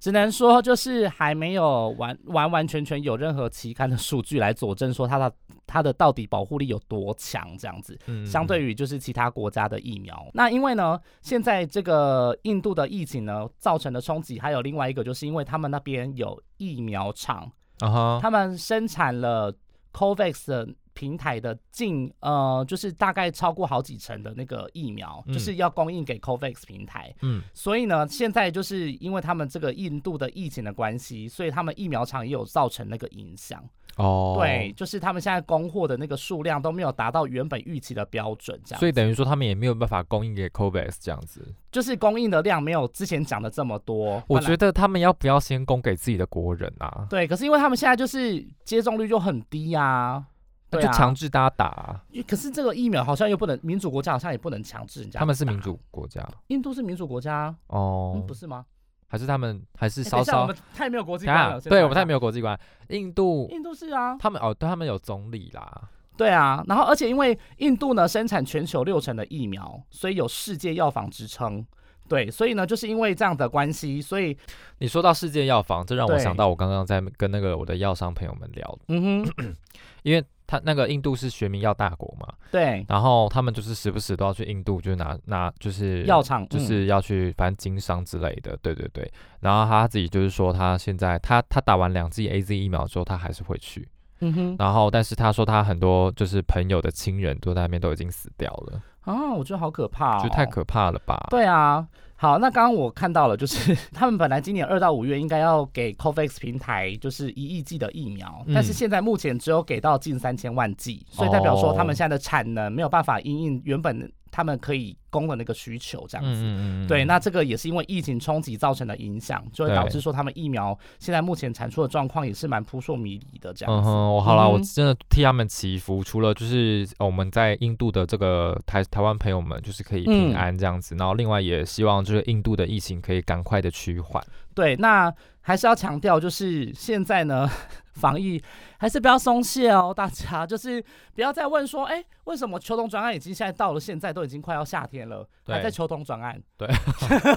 [SPEAKER 1] 只能说就是还没有完完完全全有任何期刊的数据来佐证说它的它的到底保护力有多强这样子。
[SPEAKER 2] 嗯
[SPEAKER 1] 相对于就是其他国家的疫苗，那因为呢，现在这个印度的疫情呢造成的冲击，还有另外一个就是因为他们那边有疫苗厂，
[SPEAKER 2] 啊哈，
[SPEAKER 1] 他们生产
[SPEAKER 2] 哦
[SPEAKER 1] 了 COVAX 的平台的近呃，就是大概超过好几成的那个疫苗，
[SPEAKER 2] 嗯
[SPEAKER 1] 就是要供应给 COVAX 平台。
[SPEAKER 2] 嗯
[SPEAKER 1] 所以呢，现在就是因为他们这个印度的疫情的关系，所以他们疫苗厂也有造成那个影响。
[SPEAKER 2] 哦，
[SPEAKER 1] 对，，就是他们现在供货的那个数量都没有达到原本预期的标准，这样。
[SPEAKER 2] 所以
[SPEAKER 1] 以
[SPEAKER 2] 等于说他们也没有办法供应给 COVAX 这样子。
[SPEAKER 1] 就是供应的量没有之前讲的这么多。
[SPEAKER 2] 我
[SPEAKER 1] 本来
[SPEAKER 2] 觉得他们要不要先供给自己的国人啊？
[SPEAKER 1] 对，可是因为他们现在就是接种率就很低啊。
[SPEAKER 2] 那
[SPEAKER 1] 对
[SPEAKER 2] 就
[SPEAKER 1] 啊
[SPEAKER 2] 强制大家打啊、
[SPEAKER 1] 可是这个疫苗好像又不能，民主国家好像也不能强制人家。
[SPEAKER 2] 他们是民，主国家
[SPEAKER 1] 印度是民主国家啊，
[SPEAKER 2] 哦
[SPEAKER 1] 嗯，不是吗？
[SPEAKER 2] 还是他们还是
[SPEAKER 1] 诶等
[SPEAKER 2] 稍
[SPEAKER 1] 一下，我
[SPEAKER 2] 稍、
[SPEAKER 1] 们太没有国际
[SPEAKER 2] 等
[SPEAKER 1] 观
[SPEAKER 2] 下
[SPEAKER 1] 了。，
[SPEAKER 2] 对我们太没
[SPEAKER 1] 有。
[SPEAKER 2] 有国际观，印度
[SPEAKER 1] 印度是啊，
[SPEAKER 2] 他们哦，对他们有总理啦，
[SPEAKER 1] 对啊，然后而且因为印度呢生产全球六成的疫苗，所以有世界药房之称。对，所以呢，就是因为这样的关系，所以
[SPEAKER 2] 你说到世界药房，这让我
[SPEAKER 1] 对
[SPEAKER 2] 想到我刚刚在跟那个我的药商朋友们聊，
[SPEAKER 1] 嗯哼，
[SPEAKER 2] 因为他那个印度是学名药大国嘛，
[SPEAKER 1] 对，
[SPEAKER 2] 然后他们就是时不时都要去印度，就是拿拿就是
[SPEAKER 1] 药厂
[SPEAKER 2] 就
[SPEAKER 1] 嗯
[SPEAKER 2] 是要去反正经商之类的，对对对。然后他自己就是说，他现在他他打完两剂 A Z 疫苗之后，他还是会去。
[SPEAKER 1] 嗯哼，
[SPEAKER 2] 然后，但是他说他很多就是朋友的亲人都在那边都已经死掉了，
[SPEAKER 1] 啊，我觉得好可怕、哦，
[SPEAKER 2] 就太可怕了吧？
[SPEAKER 1] 对啊，好，那刚刚我看到了，就是嗯 <laughs> 他们本来今年二到五月应该要给 COVAX 平台就是一亿剂的疫苗，
[SPEAKER 2] 嗯
[SPEAKER 1] 但是现在目前只有给到近三千万剂，所以代表说他们
[SPEAKER 2] 哦
[SPEAKER 1] 现在的产能没有办法因应原本他们可以供的那个需求，这样子。
[SPEAKER 2] 嗯
[SPEAKER 1] 对，那这个也是因为疫情冲击造成的影响，就会导
[SPEAKER 2] 对
[SPEAKER 1] 致说他们疫苗现在目前产出的状况也是蛮扑朔迷离的这样
[SPEAKER 2] 嗯
[SPEAKER 1] 子。
[SPEAKER 2] 哼，我好了，我
[SPEAKER 1] 嗯哼
[SPEAKER 2] 真的替他们祈福。除了就是呃我们在印度的这个台台湾朋友们，就是可以
[SPEAKER 1] 嗯
[SPEAKER 2] 平安这样子，然后另外也希望就是印度的疫情可以赶快的趋缓。
[SPEAKER 1] 对，那还是要强调，就是现在呢， <laughs> 防疫还是不要松懈哦，大家就是不要再问说，哎、为什么秋冬专案已经现在到了，现在都已经快要夏天了，还
[SPEAKER 2] 对
[SPEAKER 1] 在秋冬专案？
[SPEAKER 2] 对，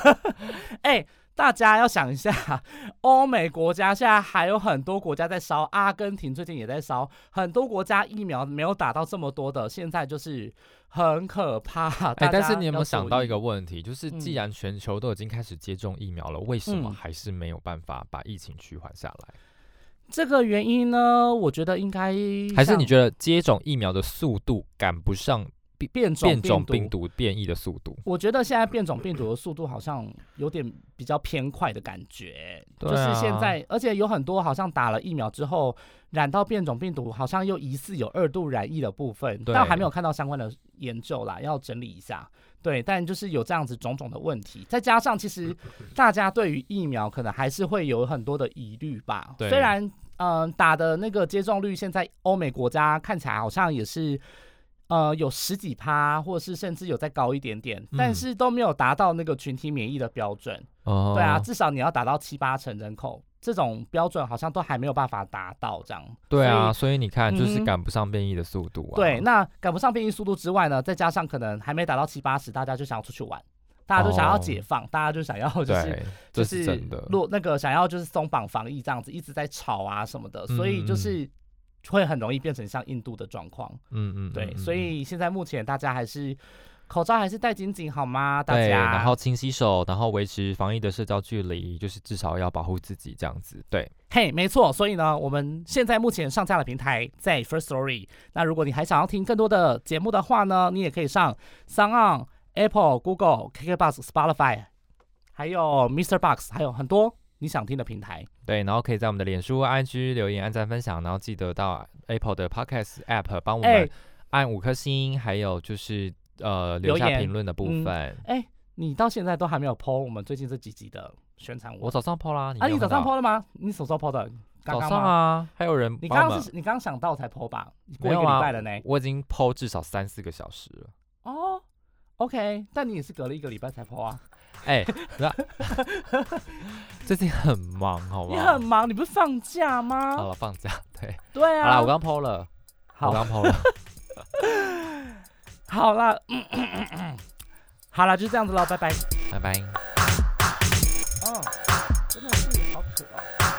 [SPEAKER 1] <laughs> 哎、大家要想一下，欧美国家现在还有很多国家在烧，阿根廷最近也在烧，很多国家疫苗没有打到这么多的，现在就是很可怕。
[SPEAKER 2] 哎、
[SPEAKER 1] 大
[SPEAKER 2] 但是
[SPEAKER 1] 家
[SPEAKER 2] 你有没
[SPEAKER 1] 要注
[SPEAKER 2] 有想到
[SPEAKER 1] 意
[SPEAKER 2] 一个问题，就是
[SPEAKER 1] 嗯
[SPEAKER 2] 既然全球都已经开始接种疫苗了，为什么
[SPEAKER 1] 嗯
[SPEAKER 2] 还是没有办法把疫情趋缓下来？
[SPEAKER 1] 这个原因呢？我觉得应该
[SPEAKER 2] 还是你
[SPEAKER 1] 得
[SPEAKER 2] 觉得接种疫苗的速度赶不上
[SPEAKER 1] 变种
[SPEAKER 2] 变种病
[SPEAKER 1] 毒？
[SPEAKER 2] 毒变异的速度？
[SPEAKER 1] 我觉得现在变种病毒的速度好像有点比较偏快的感觉，
[SPEAKER 2] 对
[SPEAKER 1] 就是现
[SPEAKER 2] 啊
[SPEAKER 1] 在，而且有很多好像打了疫苗之后染到变种病毒，好像又疑似有二度染疫的部分，
[SPEAKER 2] 对
[SPEAKER 1] 但还没有看到相关的研究啦，要整理一下。对，但就是有这样子种种的问题，再加上其
[SPEAKER 2] <laughs>
[SPEAKER 1] 实大家对于疫苗可能还是会有很多的疑虑吧。
[SPEAKER 2] 对
[SPEAKER 1] 虽然嗯、呃打的那个接种率现在欧美国家看起来好像也是呃有十几趴，或者是甚至有再高一点点，但
[SPEAKER 2] 嗯
[SPEAKER 1] 是都没有达到那个群体免疫的标准。
[SPEAKER 2] 哦
[SPEAKER 1] 对啊，，至少你要达到七八成人口这种标准，好像都还没有办法达到这样。所
[SPEAKER 2] 对
[SPEAKER 1] 以
[SPEAKER 2] 啊，所以你看，
[SPEAKER 1] 嗯
[SPEAKER 2] 就是
[SPEAKER 1] 哼
[SPEAKER 2] 赶不上变异的速度啊。
[SPEAKER 1] 对，那赶不上变异速度之外呢，再加上可能还没达到七八十，大家就想要出去玩，大家都想要解放，大家就想要就是
[SPEAKER 2] 哦对，
[SPEAKER 1] 就
[SPEAKER 2] 这
[SPEAKER 1] 是
[SPEAKER 2] 是真的。
[SPEAKER 1] 落那个想要就是松绑防疫这样子，一直在吵啊什么的，所以
[SPEAKER 2] 嗯嗯
[SPEAKER 1] 就
[SPEAKER 2] 嗯
[SPEAKER 1] 是会很容易变成像印度的状况。
[SPEAKER 2] 嗯嗯，
[SPEAKER 1] 对，
[SPEAKER 2] 嗯
[SPEAKER 1] 所。
[SPEAKER 2] 嗯
[SPEAKER 1] 以现在目前大家还是口罩还是戴紧紧好吗？大家，
[SPEAKER 2] 对，然后勤洗手，然后维持防疫的社交距离，就是至少要保护自己这样子。对，
[SPEAKER 1] 嘿没错，所以呢，我们现在目前上架的平台在 First Story。那如果你还想要听更多的节目的话呢，你也可以上 s o n Apple、Google、KKBox、Spotify，还有 Mr. Box，还有很多你想听的平台。
[SPEAKER 2] 对，然后可以在我们的脸书、IG 留言、按赞、分享，然后记得到 Apple 的 Podcast App 帮我
[SPEAKER 1] 哎
[SPEAKER 2] 们按五颗星，还有就是呃留
[SPEAKER 1] 留
[SPEAKER 2] 下
[SPEAKER 1] 言
[SPEAKER 2] 评论的部
[SPEAKER 1] 嗯
[SPEAKER 2] 分。
[SPEAKER 1] 哎，你到现在都还没有 PO 我们最近这几集的宣传文
[SPEAKER 2] 我早上 PO 啦，你
[SPEAKER 1] 啊？
[SPEAKER 2] 没有
[SPEAKER 1] 你早
[SPEAKER 2] 看
[SPEAKER 1] 上
[SPEAKER 2] 到
[SPEAKER 1] PO 了吗？你什么时候 PO 的？刚
[SPEAKER 2] 早
[SPEAKER 1] 刚
[SPEAKER 2] 上
[SPEAKER 1] 吗？
[SPEAKER 2] 啊，还有人
[SPEAKER 1] 你
[SPEAKER 2] 帮
[SPEAKER 1] 刚
[SPEAKER 2] 我
[SPEAKER 1] 刚
[SPEAKER 2] 们
[SPEAKER 1] 是你刚想到才 PO 吧？过
[SPEAKER 2] 没
[SPEAKER 1] 一个
[SPEAKER 2] 有
[SPEAKER 1] 礼
[SPEAKER 2] 啊
[SPEAKER 1] 拜了呢。
[SPEAKER 2] 我已经 PO 至少三四个小时了。
[SPEAKER 1] 哦，OK，但你也是隔了一个礼拜才 PO 啊？
[SPEAKER 2] 哎、
[SPEAKER 1] <laughs>
[SPEAKER 2] 那最近很忙，好不
[SPEAKER 1] 你
[SPEAKER 2] 好
[SPEAKER 1] 很？忙，你不是放假
[SPEAKER 2] 好
[SPEAKER 1] 吗？
[SPEAKER 2] 了，放假，对，
[SPEAKER 1] 对
[SPEAKER 2] 好啦，
[SPEAKER 1] 啊
[SPEAKER 2] 我，刚 PO 了，我
[SPEAKER 1] 好，
[SPEAKER 2] 刚 PO 了，
[SPEAKER 1] 好啦，嗯好啦，就这样子喽，拜拜。
[SPEAKER 2] 拜拜。
[SPEAKER 1] 哦嗯，真的是好可爱。